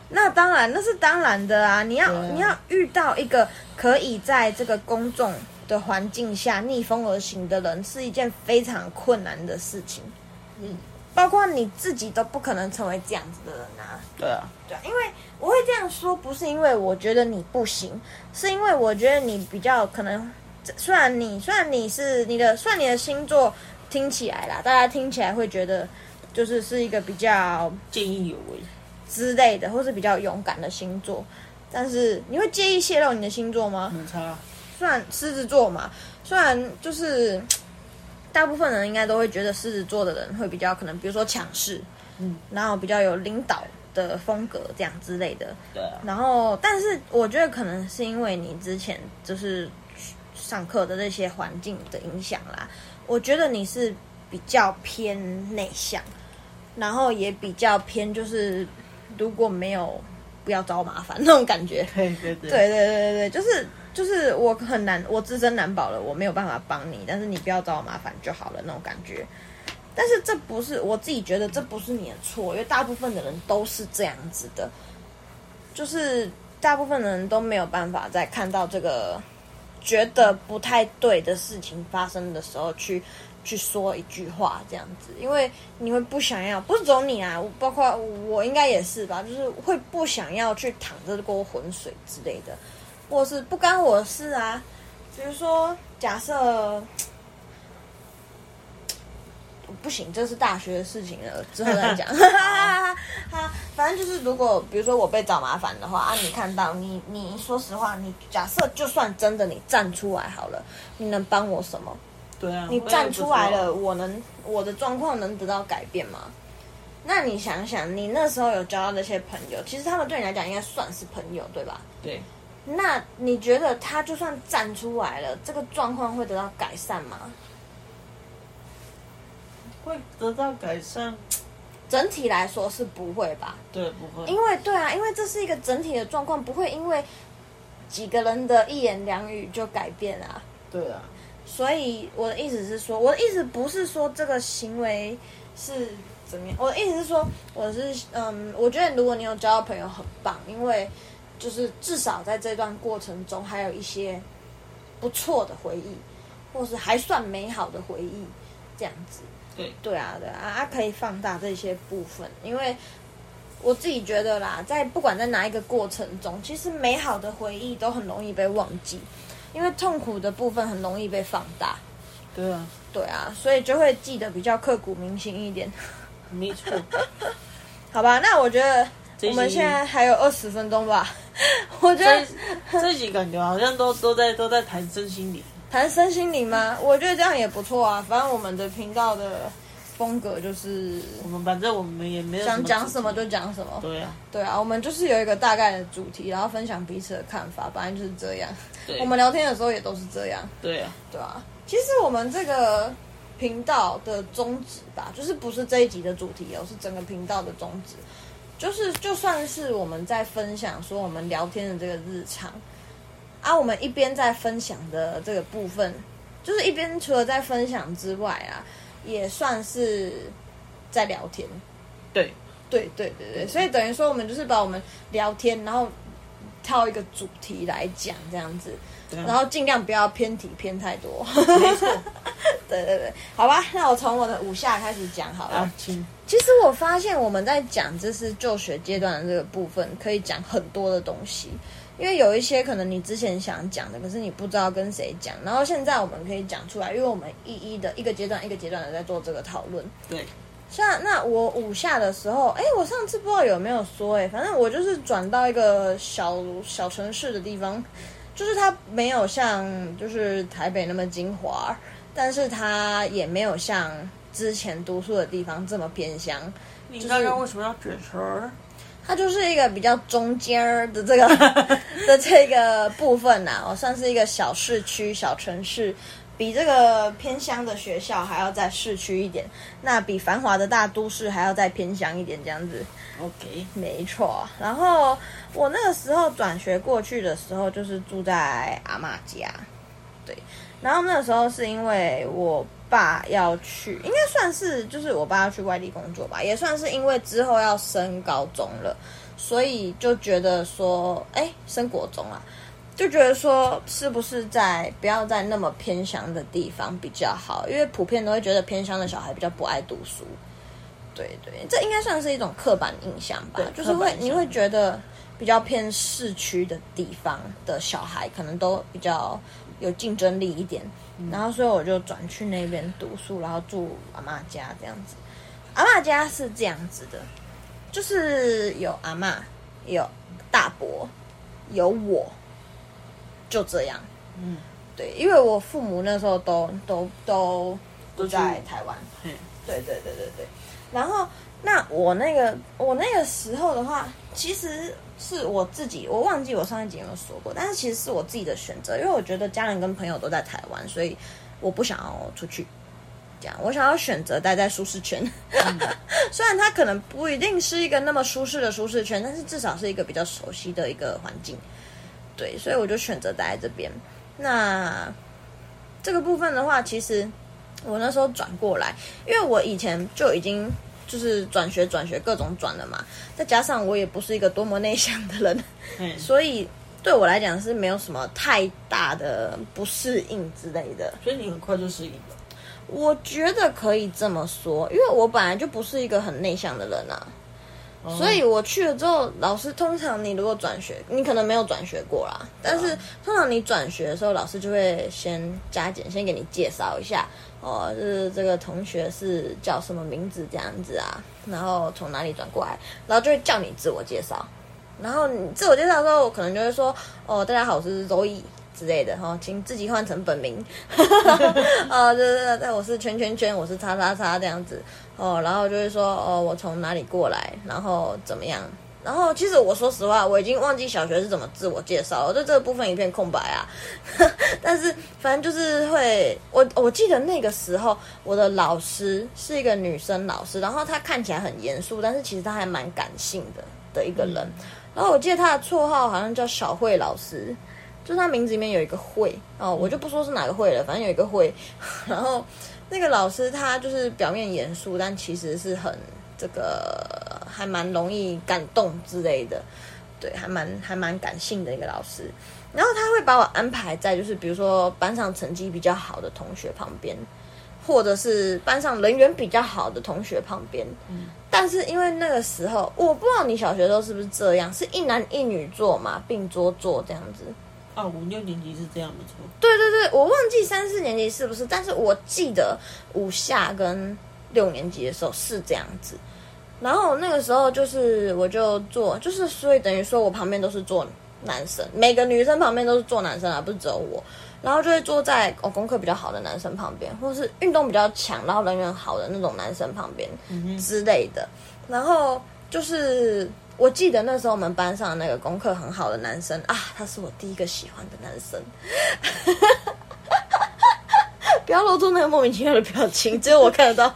那当然，那是当然的啊！你要、
对啊
你要遇到一个可以在这个公众的环境下逆风而行的人，是一件非常困难的事情。
嗯，
包括你自己都不可能成为这样子的人啊。
对啊，
对啊，因为我会这样说，不是因为我觉得你不行，是因为我觉得你比较可能，虽然你虽然你是你的，虽然你的星座听起来啦，大家听起来会觉得就是是一个比较
见义勇为。
之类的，或是比较勇敢的星座，但是你会介意泄露你的星座吗？
很差，
虽然狮子座嘛，虽然就是大部分人应该都会觉得狮子座的人会比较可能，比如说强势，
嗯，
然后比较有领导的风格这样之类的，
对啊，
然后，但是我觉得可能是因为你之前就是上课的那些环境的影响啦，我觉得你是比较偏内向，然后也比较偏就是如果没有不要找麻烦那种感觉。
对对对，啊
对对对对对，就是就是我很难，我自身难保了，我没有办法帮你，但是你不要找我麻烦就好了那种感觉。但是这不是我自己觉得这不是你的错，因为大部分的人都是这样子的，就是大部分的人都没有办法在看到这个觉得不太对的事情发生的时候去去说一句话这样子，因为你会不想要，不是只有你啊，我包括我应该也是吧，就是会不想要去淌这锅浑水之类的，或是不干我的事啊。比如说，假设不行，这是大学的事情了，之后再
[LAUGHS]
讲。哈，反正就是，如果比如说我被找麻烦的话啊，你看到你你说实话，你假设就算真的你站出来好了，你能帮我什么？
对啊，
你
我也
站
不知
出来
道
了，，我能我的状况能得到改变吗？那你想想，你那时候有交到那些朋友，其实他们对你来讲应该算是朋友，对吧？
对，
那你觉得他就算站出来了，这个状况会得到改善吗？
会得到改善，
整体来说是不会吧？
对，不会，
因为对啊，因为这是一个整体的状况，不会因为几个人的一言两语就改变啊。
对啊，
所以我的意思是说，我的意思不是说这个行为是怎么样，我的意思是说，我是嗯，我觉得如果你有交到朋友很棒，因为就是至少在这段过程中还有一些不错的回忆，或是还算美好的回忆，这样子。
对
对啊，对啊，啊可以放大这些部分，因为我自己觉得啦，在不管在哪一个过程中，其实美好的回忆都很容易被忘记，因为痛苦的部分很容易被放大。
对啊，
对啊，所以就会记得比较刻骨铭心一点， [LAUGHS]
没错，
好吧？那我觉得
这一
我
集
们
[LAUGHS]
现在还有二十分钟吧，我觉
这一
得
这一集感觉好像都都在都在谈身心灵，
谈身心灵吗？我觉得这样也不错啊，反正我们的频道的风格就是
我们反正我们也没有
想讲什么
主
就讲什么
题，。对啊，
对啊，我们就是有一个大概的主题，然后分享彼此的看法，反正就是这样。
对，
我们聊天的时候也都是这样，
对啊，
对啊。其实我们这个频道的宗旨吧，就是不是这一集的主题哦，是整个频道的宗旨，就是就算是我们在分享说我们聊天的这个日常，啊，我们一边在分享的这个部分，就是一边除了在分享之外啊，也算是在聊天。
对
对对对对，所以等于说我们就是把我们聊天，然后挑一个主题来讲这样子，
对
然
啊，
后尽量不要偏题偏太多。
没错
[LAUGHS] 对对对，好吧，那我从我的五下开始讲好了。
啊，亲，
其实我发现我们在讲就是就学阶段的这个部分，可以讲很多的东西，因为有一些可能你之前想讲的，可是你不知道跟谁讲，然后现在我们可以讲出来，因为我们一一的一个阶段一个阶段的在做这个讨论。
对
像那我五下的时候，哎，我上次不知道有没有说，哎，反正我就是转到一个小小城市的地方，就是它没有像就是台北那么精华，但是它也没有像之前读书的地方这么偏乡，
你
就是
刚刚为什么要卷舌儿？
它就是一个比较中间儿的这个 [LAUGHS] 的这个部分呐、我算是一个小市区、小城市，比这个偏乡的学校还要在市区一点，那比繁华的大都市还要再偏乡一点，这样子。
OK，
没错。然后我那个时候转学过去的时候，就是住在阿嬷家，对。然后那个时候是因为我爸要去，应该算是就是我爸要去外地工作吧，也算是因为之后要升高中了，所以就觉得说，哎，升国中啊。就觉得说是不是在不要在那么偏乡的地方比较好，因为普遍都会觉得偏乡的小孩比较不爱读书。对对，这应该算是一种刻板印象吧
对，
就是
刻
会
板印象
你会觉得比较偏市区的地方的小孩可能都比较有竞争力一点，
嗯
然后所以我就转去那边读书，然后住阿妈家这样子。阿妈家是这样子的，就是有阿妈，有大伯，有我，就这样。
嗯，
对，因为我父母那时候都都都不
都去
在台湾。
嘿，
对对对对对。然后，那我那个我那个时候的话，其实是我自己，我忘记我上一集有没有说过，但是其实是我自己的选择，因为我觉得家人跟朋友都在台湾，所以我不想要出去。这样，我想要选择待在舒适圈，
嗯
[LAUGHS] 虽然它可能不一定是一个那么舒适的舒适圈，但是至少是一个比较熟悉的一个环境。对，所以我就选择待在这边。那这个部分的话，其实我那时候转过来，因为我以前就已经就是转学转学各种转了嘛，再加上我也不是一个多么内向的人，
嘿，
所以对我来讲是没有什么太大的不适应之类的。
所以你很快就适应了。
我觉得可以这么说，因为我本来就不是一个很内向的人啊，
哦
所以我去了之后，老师通常你如果转学，你可能没有转学过啦，但是通常你转学的时候，老师就会先加减，先给你介绍一下，哦，就是这个同学是叫什么名字这样子啊，然后从哪里转过来，然后就会叫你自我介绍，然后你自我介绍的时候，我可能就会说，哦，大家好，我是周易之类的哈、哦，请自己换成本名， [LAUGHS] 哦，对对对，我是圈圈圈，我是叉叉叉这样子。哦，然后就是说，哦，我从哪里过来，然后怎么样？然后其实我说实话，我已经忘记小学是怎么自我介绍了，我对这个部分一片空白啊。 [LAUGHS] 但是反正就是会，我我记得那个时候我的老师是一个女生老师，然后她看起来很严肃，但是其实她还蛮感性的的一个人。然后我记得她的绰号好像叫小慧老师，就是她名字里面有一个慧哦，我就不说是哪个慧了，反正有一个慧。 [LAUGHS] 然后那个老师他就是表面严肃，但其实是很这个还蛮容易感动之类的，对，还蛮还蛮感性的一个老师。然后他会把我安排在就是比如说班上成绩比较好的同学旁边，或者是班上人缘比较好的同学旁边。但是因为那个时候，我不知道你小学的时候是不是这样，是一男一女坐嘛，并桌坐这样子。
啊，五六年级是这样，没错。
对对对，我忘记三四年级是不是，但是我记得五下跟六年级的时候是这样子。然后那个时候就是我就坐，就是所以等于说我旁边都是坐男生，每个女生旁边都是坐男生啊，不是只有我。然后就会坐在哦功课比较好的男生旁边，或是运动比较强，然后人缘好的那种男生旁边、
嗯
之类的。然后就是我记得那时候我们班上那个功课很好的男生啊，他是我第一个喜欢的男生。 [LAUGHS] 不要露出那个莫名其妙的表情，只有我看得到。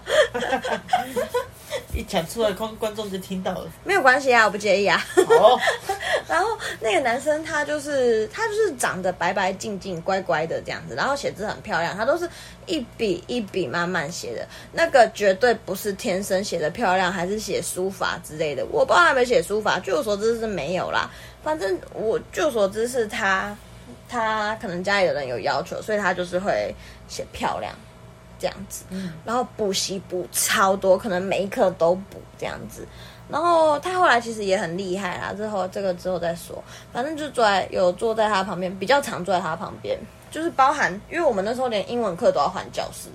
一讲出来，观观众就听到
[LAUGHS]
了。
没有关系啊，我不介意啊。
好，
[LAUGHS] 然后那个男生他就是他就是长得白白净净、乖乖的这样子，然后写字很漂亮，他都是一笔一笔慢慢写的，那个绝对不是天生写的漂亮，还是写书法之类的。我不知道他有没有写书法，据我所知是没有啦。反正我据我所知是他他可能家里的人有要求，所以他就是会写漂亮这样子。
嗯
然后补习补超多，可能每一科都补这样子。然后他后来其实也很厉害啦，之后这个之后再说。反正就坐在有坐在他旁边，比较常坐在他旁边，就是包含，因为我们那时候连英文课都要换教室，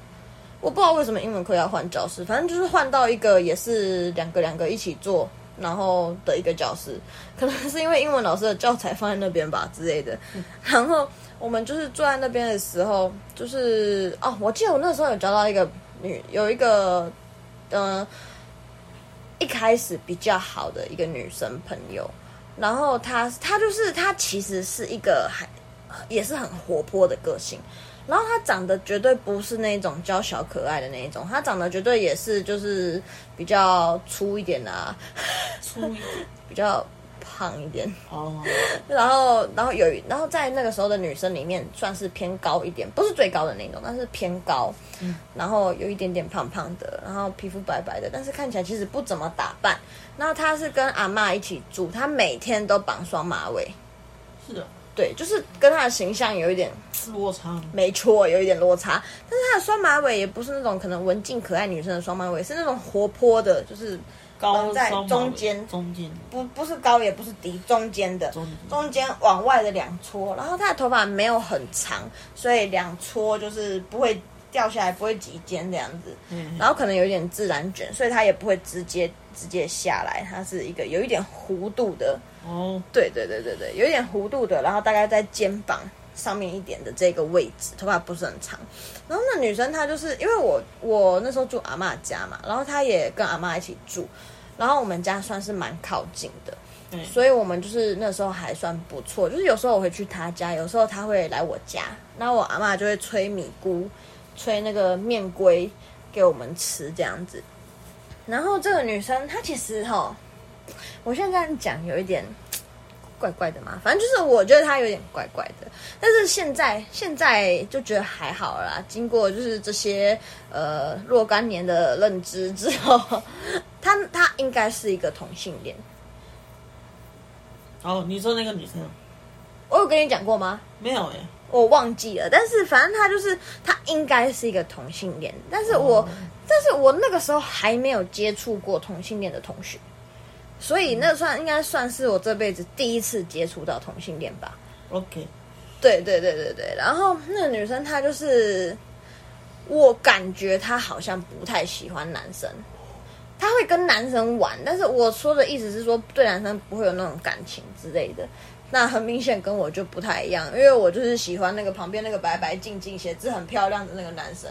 我不知道为什么英文课要换教室，反正就是换到一个也是两个两个一起坐，然后的一个教室，可能是因为英文老师的教材放在那边吧之类的。 [LAUGHS] 然后我们就是坐在那边的时候，就是哦，我记得我那时候有交到一个女，有一个嗯、呃一开始比较好的一个女生朋友，然后她她就是她其实是一个还也是很活泼的个性。然后她长得绝对不是那种娇小可爱的那一种，她长得绝对也是就是比较粗一点的、啊，
初一
比较胖一点，
哦，
然后，然后有，然后在那个时候的女生里面，算是偏高一点，不是最高的那种，但是偏高。然后有一点点胖胖的，然后皮肤白白的，但是看起来其实不怎么打扮。然后她是跟阿嬷一起住，她每天都绑双马尾。
是的，
对，就是跟他的形象有一点，
落差。
没错，有一点落差。但是他的双马尾也不是那种可能文静可爱女生的双马尾，是那种活泼的，就是
高
在
双马尾
中间
中间
不不是高也不是低，中间的，
中
中间往外的两撮。然后他的头发没有很长，所以两撮就是不会掉下来，不会及肩这样子。
嗯
然后可能有一点自然卷，所以它也不会直接直接下来，它是一个有一点弧度的，
哦，
对对对对对，有一点弧度的，然后大概在肩膀上面一点的这个位置，头发不是很长。然后那女生她就是因为我我那时候住阿嬷家嘛，然后她也跟阿嬷一起住，然后我们家算是蛮靠近的。
对
所以我们就是那时候还算不错，就是有时候我会去她家，有时候她会来我家，然后我阿嬷就会吹米菇，吹那个面龟给我们吃这样子。然后这个女生她其实哈，我现在这样讲有一点怪怪的嘛，反正就是我觉得她有点怪怪的，但是现在现在就觉得还好啦。经过就是这些呃若干年的认知之后，她她应该是一个同性恋。
哦，你说那个女生
我有跟你讲过吗？
没有哎、
我忘记了，但是反正他就是他应该是一个同性恋，但是我、但是我那个时候还没有接触过同性恋的同学，所以那算应该算是我这辈子第一次接触到同性恋吧。
o k
对对对对对，然后那个女生她就是，我感觉她好像不太喜欢男生，她会跟男生玩，但是我说的意思是说对男生不会有那种感情之类的。那很明显跟我就不太一样，因为我就是喜欢那个旁边那个白白净净、写字很漂亮的那个男生。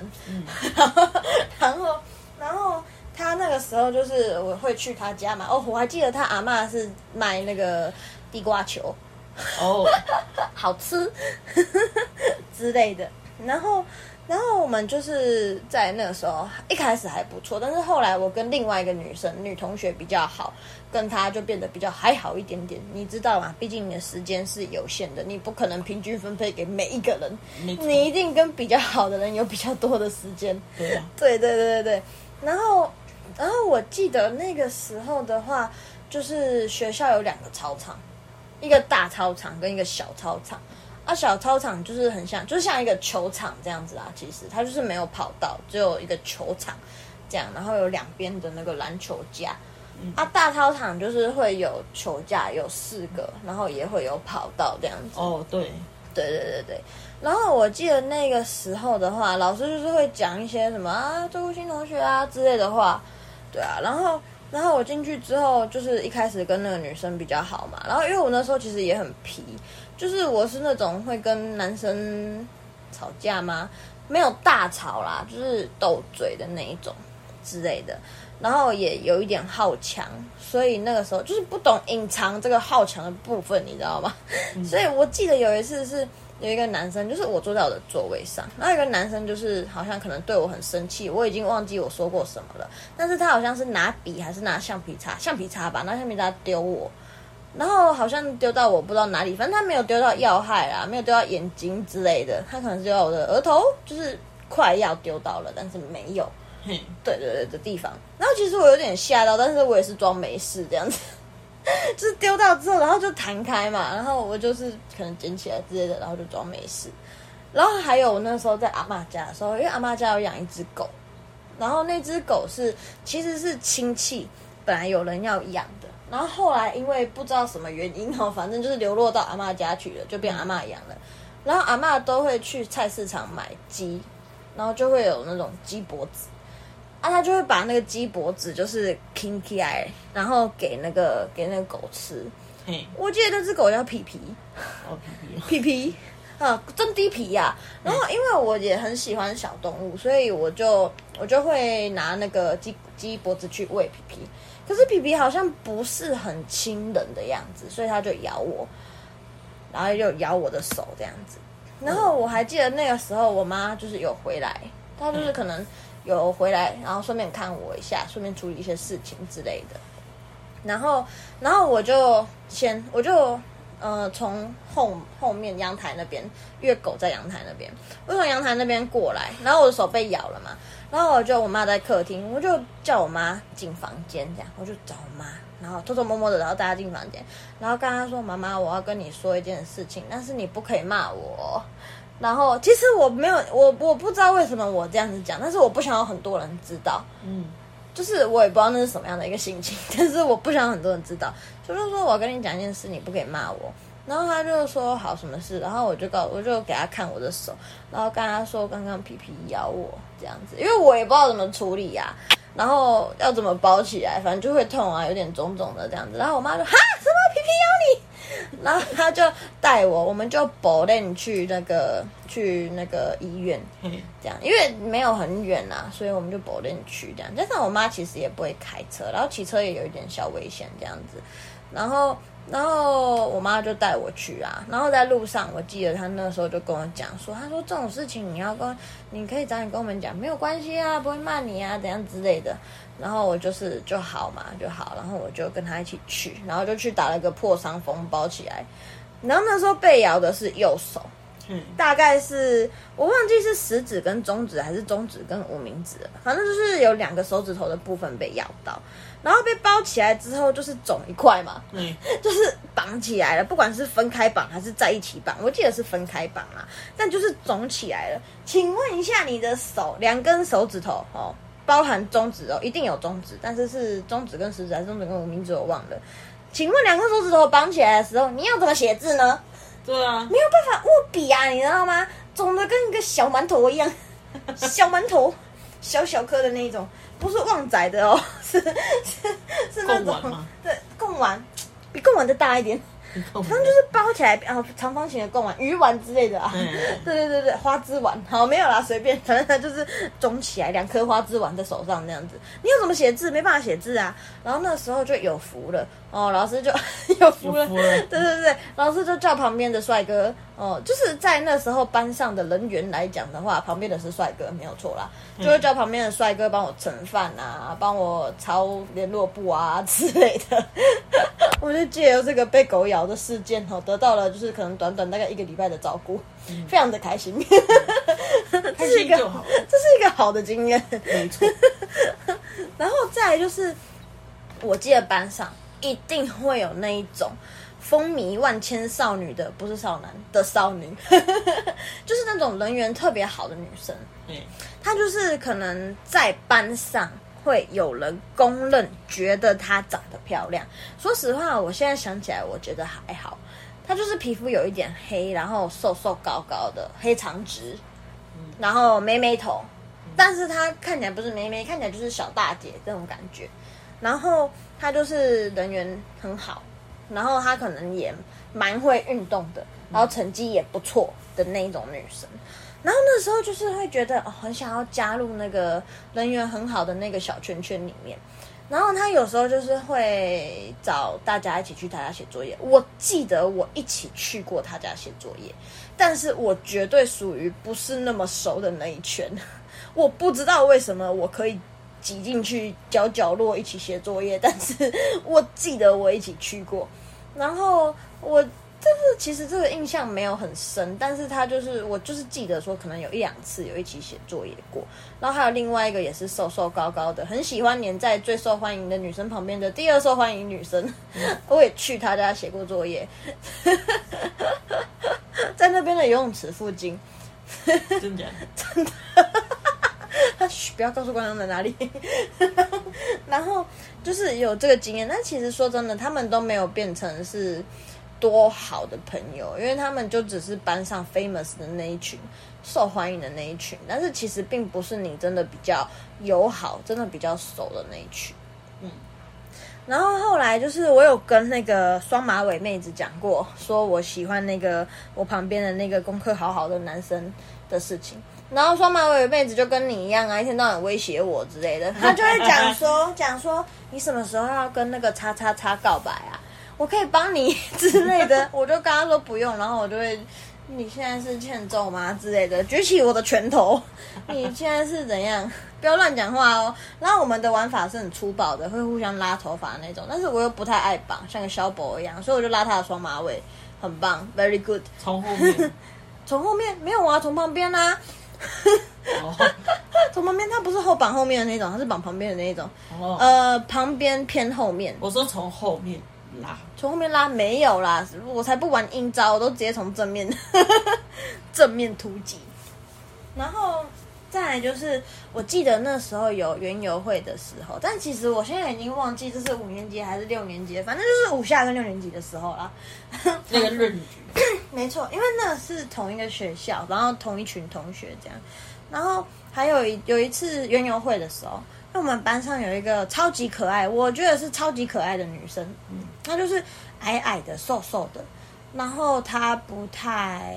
然后，然后他那个时候就是我会去他家嘛，哦，我还记得他阿嬷是卖那个地瓜球， [LAUGHS]
哦，
好吃之类的。然后，然后我们就是在那个时候一开始还不错，但是后来我跟另外一个女生女同学比较好，跟她就变得比较还好一点点。你知道吗？毕竟你的时间是有限的，你不可能平均分配给每一个人，
没错
你一定跟比较好的人有比较多的时间。
对啊，
对对对对对。然后，然后我记得那个时候的话，就是学校有两个操场，一个大操场跟一个小操场。啊，小操场就是很像，就像一个球场这样子啊。其实它就是没有跑道，只有一个球场这样，然后有两边的那个篮球架。啊，大操场就是会有球架，有四个，然后也会有跑道这样子。
哦对，
对对对对。然后我记得那个时候的话，老师就是会讲一些什么啊，周新同学啊之类的话，对啊。然后，然后我进去之后，就是一开始跟那个女生比较好嘛。然后，因为我那时候其实也很皮，就是我是那种会跟男生吵架吗？没有大吵啦，就是斗嘴的那一种之类的。然后也有一点好强，所以那个时候就是不懂隐藏这个好强的部分，你知道吗？所以我记得有一次是有一个男生，就是我坐在我的座位上，然后有一个男生就是好像可能对我很生气，我已经忘记我说过什么了，但是他好像是拿笔还是拿橡皮擦，橡皮擦吧，拿橡皮擦丢我。然后好像丢到我不知道哪里，反正他没有丢到要害啦，没有丢到眼睛之类的，他可能是丢到我的额头，就是快要丢到了，但是没有。
嘿，
对对对的地方。然后其实我有点吓到，但是我也是装没事这样子， [LAUGHS] 就是丢到之后，然后就弹开嘛，然后我就是可能捡起来之类的，然后就装没事。然后还有我那时候在阿嬷家的时候，因为阿嬷家有养一只狗，然后那只狗是其实是亲戚，本来有人要养的，然后后来因为不知道什么原因哦，反正就是流落到阿嬷家去了，就变阿嬷养了。然后阿嬷都会去菜市场买鸡，然后就会有那种鸡脖子，啊，他就会把那个鸡脖子就是拼起来，然后给那个给那个狗吃。
嘿，
我记得那只狗叫皮皮，
哦皮皮，
皮皮，啊，真低皮呀、然后因为我也很喜欢小动物，所以我就我就会拿那个鸡鸡脖子去喂皮皮。可是皮皮好像不是很亲人的样子，所以它就咬我，然后就咬我的手这样子。然后我还记得那个时候，我妈就是有回来，她就是可能有回来，然后顺便看我一下，顺便处理一些事情之类的。然后，然后我就先，我就呃，从后后面阳台那边，因为狗在阳台那边，我从阳台那边过来，然后我的手被咬了嘛，然后我就我妈在客厅，我就叫我妈进房间，这样我就找我妈，然后偷偷摸摸的，然后带她进房间，然后跟她说：“妈妈，我要跟你说一件事情，但是你不可以骂我哦。”然后其实我没有，我我不知道为什么我这样子讲，但是我不想要很多人知道，
嗯，
就是我也不知道那是什么样的一个心情， [LAUGHS] 但是我不想很多人知道。就是说我跟你讲一件事，你不可以骂我。然后他就说好什么事，然后我就告我就给他看我的手，然后跟他说刚刚皮皮咬我这样子，因为我也不知道怎么处理呀、然后要怎么包起来，反正就会痛啊，有点肿肿的这样子。然后我妈就哈什么皮皮咬你， [LAUGHS] 然后他就带我，我们就保练去那个去那个医院，
嘿，
这样，因为没有很远啦，所以我们就不能去这样。加上我妈其实也不会开车，然后骑车也有一点小危险这样子。然后，然后我妈就带我去啊。然后在路上，我记得她那时候就跟我讲说，她说这种事情你要跟，你可以早点跟我们讲，没有关系啊，不会骂你啊，怎样之类的。然后我就是就好嘛，就好。然后我就跟她一起去，然后就去打了个破伤风，包起来。然后那时候被咬的是右手，
嘿，
大概是我忘记是食指跟中指还是中指跟无名指了，反正就是有两个手指头的部分被咬到，然后被包起来之后就是肿一块嘛， [LAUGHS]
嘿，
就是绑起来了，不管是分开绑还是在一起绑，我记得是分开绑啦，但就是肿起来了。请问一下，你的手两根手指头哦，包含中指哦，一定有中指，但是是中指跟食指还是中指跟无名指，我忘了。请问两根手指头绑起来的时候，你要怎么写字呢？
对啊，
没有办法握笔啊，你知道吗？肿的跟一个小馒
[LAUGHS]
头一样，小馒头，小小颗的那一种，不是旺仔的哦， [LAUGHS] 是是是那
贡丸
种
吗
对贡丸，比贡丸的大一点，
你看我们
反正就是包起来啊、长方形的贡丸、鱼丸之类的啊。
嗯
[LAUGHS] 对对对对，花枝丸，好没有啦，随便，反正它就是肿起来，两颗花枝丸在手上那样子。你要怎么写字？没办法写字啊。然后那时候就有福了哦，老师就有福了，
有福了
对对对，老师就叫旁边的帅哥哦，就是在那时候班上的人员来讲的话，旁边的是帅哥没有错啦，就会叫旁边的帅哥帮我盛饭啊，帮我抄联络簿啊之类的。我就借由这个被狗咬的事件哦，得到了就是可能短短大概一个礼拜的照顾，非常的开心。这
开
是
心
一个
就好，
这是一个好的经验。
没错，
然后再来就是，我记得班上一定会有那一种风靡万千少女的，不是少男的少女， [LAUGHS] 就是那种人缘特别好的女生。
嘿，
她就是可能在班上会有人公认觉得她长得漂亮。说实话，我现在想起来，我觉得还好。她就是皮肤有一点黑，然后瘦瘦高高的，黑长直，然后妹妹头，但是她看起来不是妹妹，看起来就是小大姐这种感觉。然后她就是人缘很好，然后她可能也蛮会运动的，然后成绩也不错的那一种女生。然后那时候就是会觉得、哦、很想要加入那个人缘很好的那个小圈圈里面。然后她有时候就是会找大家一起去她家写作业。我记得我一起去过她家写作业，但是我绝对属于不是那么熟的那一圈。 [LAUGHS] 我不知道为什么我可以挤进去角角落一起写作业，但是我记得我一起去过。然后我就是其实这个印象没有很深，但是他就是我就是记得说可能有一两次有一起写作业过，然后还有另外一个也是瘦瘦高高的，很喜欢黏在最受欢迎的女生旁边的第二受欢迎女生，我也去他家写过作业， [LAUGHS] 在那边的游泳池附近，
真假的？
他嘘，不要告诉观众在哪里。 [LAUGHS] 然后就是有这个经验，但其实说真的，他们都没有变成是多好的朋友，因为他们就只是班上 famous 的那一群，受欢迎的那一群，但是其实并不是你真的比较友好、真的比较熟的那一群。嗯
嗯。
然后后来就是我有跟那个双马尾妹子讲过，说我喜欢那个我旁边的那个功课好好的男生的事情。然后双马尾妹子就跟你一样啊，一天到晚威胁我之类的，她就会讲说讲说你什么时候要跟那个叉叉叉告白啊？我可以帮你之类的， [LAUGHS] 我就跟她说不用，然后我就会你现在是欠揍吗之类的，举起我的拳头，你现在是怎样？不要乱讲话哦。然后我们的玩法是很粗暴的，会互相拉头发那种，但是我又不太爱绑，像个小狗一样，所以我就拉她的双马尾，很棒，very good。
从后面，
从后面没有啊， [LAUGHS] 从旁边啦、
哦
从旁边它不是后绑后面的那种，它是绑旁边的那一种。
哦，
[LAUGHS] 呃，旁边偏后面，
我说从后面拉，
从后面拉没有啦，我才不玩阴招，我都直接从正面 [LAUGHS] 正面突击。然后再来就是，我记得那时候有园游会的时候，但其实我现在已经忘记这是五年级还是六年级，反正就是五下跟六年级的时候啦。
那个润局，
没错，因为那是同一个学校，然后同一群同学这样。然后还有一有一次园游会的时候，因为我们班上有一个超级可爱，我觉得是超级可爱的女生，
嗯
她就是矮矮的、瘦瘦的，然后她不太，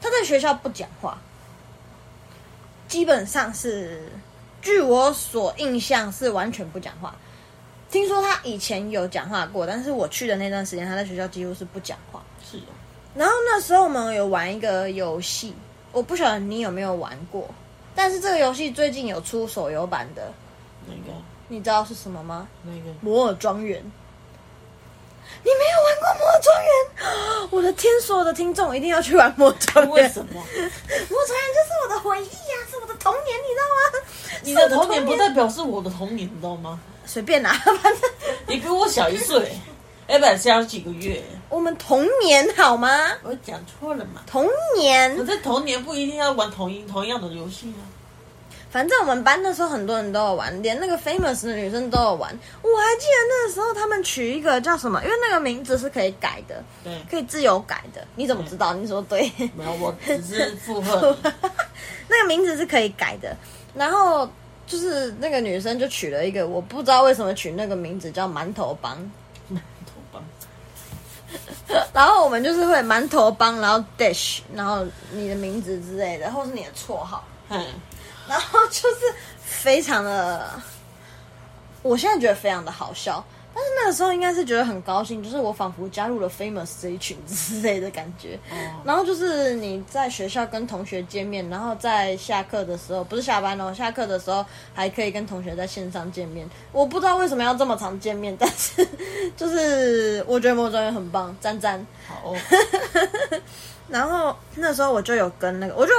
她在学校不讲话，基本上是，据我所印象是完全不讲话。听说她以前有讲话过，但是我去的那段时间，她在学校几乎是不讲话。
是哦，
然后那时候我们有玩一个游戏，我不晓得你有没有玩过，但是这个游戏最近有出手游版的，
那个
你知道是什么吗？
那个
摩尔庄园。你没有玩过摩尔庄园？ [GASPS] 我的天！所有的听众一定要去玩摩尔庄园。
为什么？
摩尔庄园就是我的回忆呀、是我的童年，你知道吗？
你的童
是
年
我
不代表是我的童年，你知道吗？
随便啦、反正
你比我小一岁，哎，不，小几个月。
我们童年好吗？
我讲错了嘛？
童年
可。是童年不一定要玩同一同样的游戏啊。
反正我们班那时候很多人都有玩，连那个 famous 的女生都有玩。我还记得那时候他们取一个叫什么，因为那个名字是可以改的，
对，
可以自由改的。你怎么知道？你说对。
没有，我只是附和你。
[LAUGHS] 那个名字是可以改的。然后就是那个女生就取了一个，我不知道为什么取那个名字叫馒头帮。 [LAUGHS]
头吧，
然后我们就是会馒头帮，然后 dash，然后你的名字之类的，或是你的绰号，
哎，
然后就是非常的，我现在觉得非常的好笑。但是那个时候应该是觉得很高兴，就是我仿佛加入了 famous 这一群之类的感觉。
哦，
然后就是你在学校跟同学见面，然后在下课的时候，不是下班哦，下课的时候还可以跟同学在线上见面。我不知道为什么要这么常见面，但是就是我觉得魔装也很棒，赞赞。
好哦，
然后那时候我就有跟那个，我就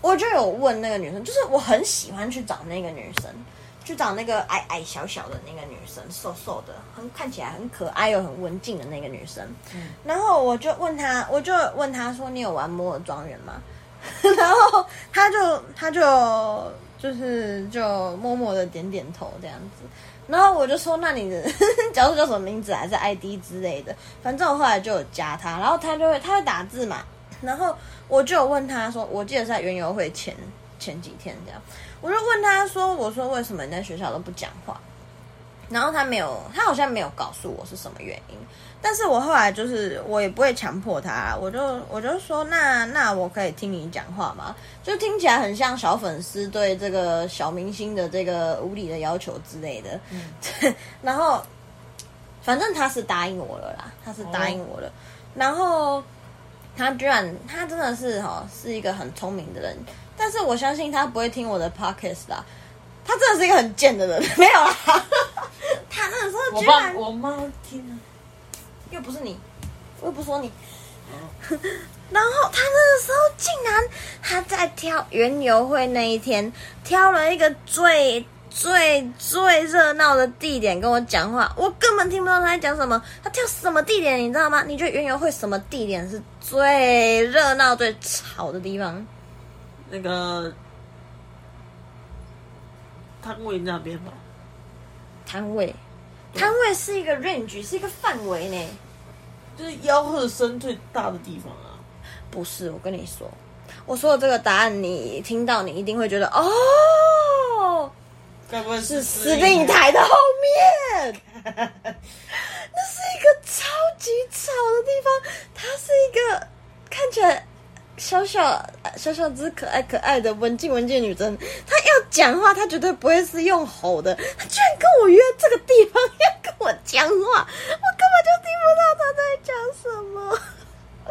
我就有问那个女生，就是我很喜欢去找那个女生，去找那个矮矮小小的那个女生，瘦瘦的，很看起来很可爱又很文静的那个女生。
嗯
然后我就问她，我就问她说：“你有玩摩尔庄园吗？” [LAUGHS] 然后她就她就就是就默默的点点头这样子。然后我就说，那你的 [LAUGHS] 角色叫什么名字，啊还是 ID 之类的。反正我后来就有加他，然后他就会他会打字嘛，然后我就有问他说，我记得是在园游会前前几天这样，我就问他说，我说为什么你在学校都不讲话？然后他没有，他好像没有告诉我是什么原因。但是我后来就是我也不会强迫他，我就我就说那那我可以听你讲话吗？就听起来很像小粉丝对这个小明星的这个无理的要求之类的。 [LAUGHS]
嗯
然后反正他是答应我了啦，他是答应我了。然后他居然他真的是哈、哦、是一个很聪明的人，但是我相信他不会听我的 podcast 啦。他真的是一个很贱的人， [LAUGHS] 没有啦。他那个时候
我
居
爸
然
我妈听啊了，
又不是你，我又不说你。然后他那个时候竟然他在挑园游会那一天，挑了一个最最最热闹的地点跟我讲话，我根本听不到他在讲什么。他挑什么地点你知道吗？你觉得园游会什么地点是最热闹、最吵的地方？
那个汤唯那边吧，
摊位，摊位是一个 range，是一个范围呢。
就是吆喝声最大的地方啊。
不是，我跟你说，我说的这个答案，你听到你一定会觉得哦，
该不会是
是司令？台的后面，那是一个超级吵的地方，它是一个看起来小小小小只可爱可爱的文静文静的女生，她要讲话，她绝对不会是用吼的，她居然跟我约这个地方要跟我讲话，我根本就听不到她在讲什么。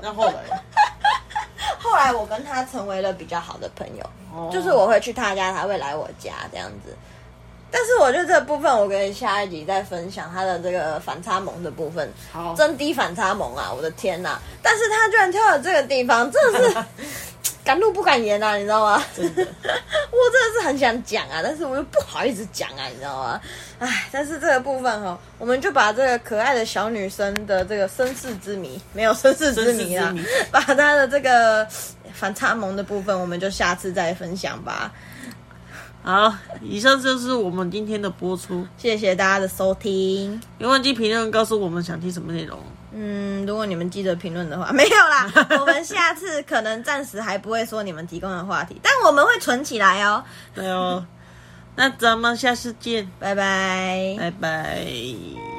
那后来呢，
[LAUGHS] 后来我跟他成为了比较好的朋友，
哦
就是我会去他家，他会来我家这样子。但是我觉得这部分，我可以下一集再分享他的这个反差萌的部分。
好，
真低反差萌啊！我的天呐、但是他居然跳到这个地方，真的是敢怒不敢言啊，你知道吗？
真的
[LAUGHS] 我真的是很想讲啊，但是我又不好意思讲啊，你知道吗？唉，但是这个部分哦，我们就把这个可爱的小女生的这个身世之谜，没有身世之谜啊
身世之谜，
[LAUGHS] 把她的这个反差萌的部分，我们就下次再分享吧。
好，以上就是我们今天的播出。
谢谢大家的收听。
别忘记评论告诉我们想听什么内容。
嗯，如果你们记得评论的话， [LAUGHS] 没有啦。我们下次可能暂时还不会说你们提供的话题，但我们会存起来哦。 [LAUGHS]
对哦，那咱们下次见，
拜拜。
拜拜。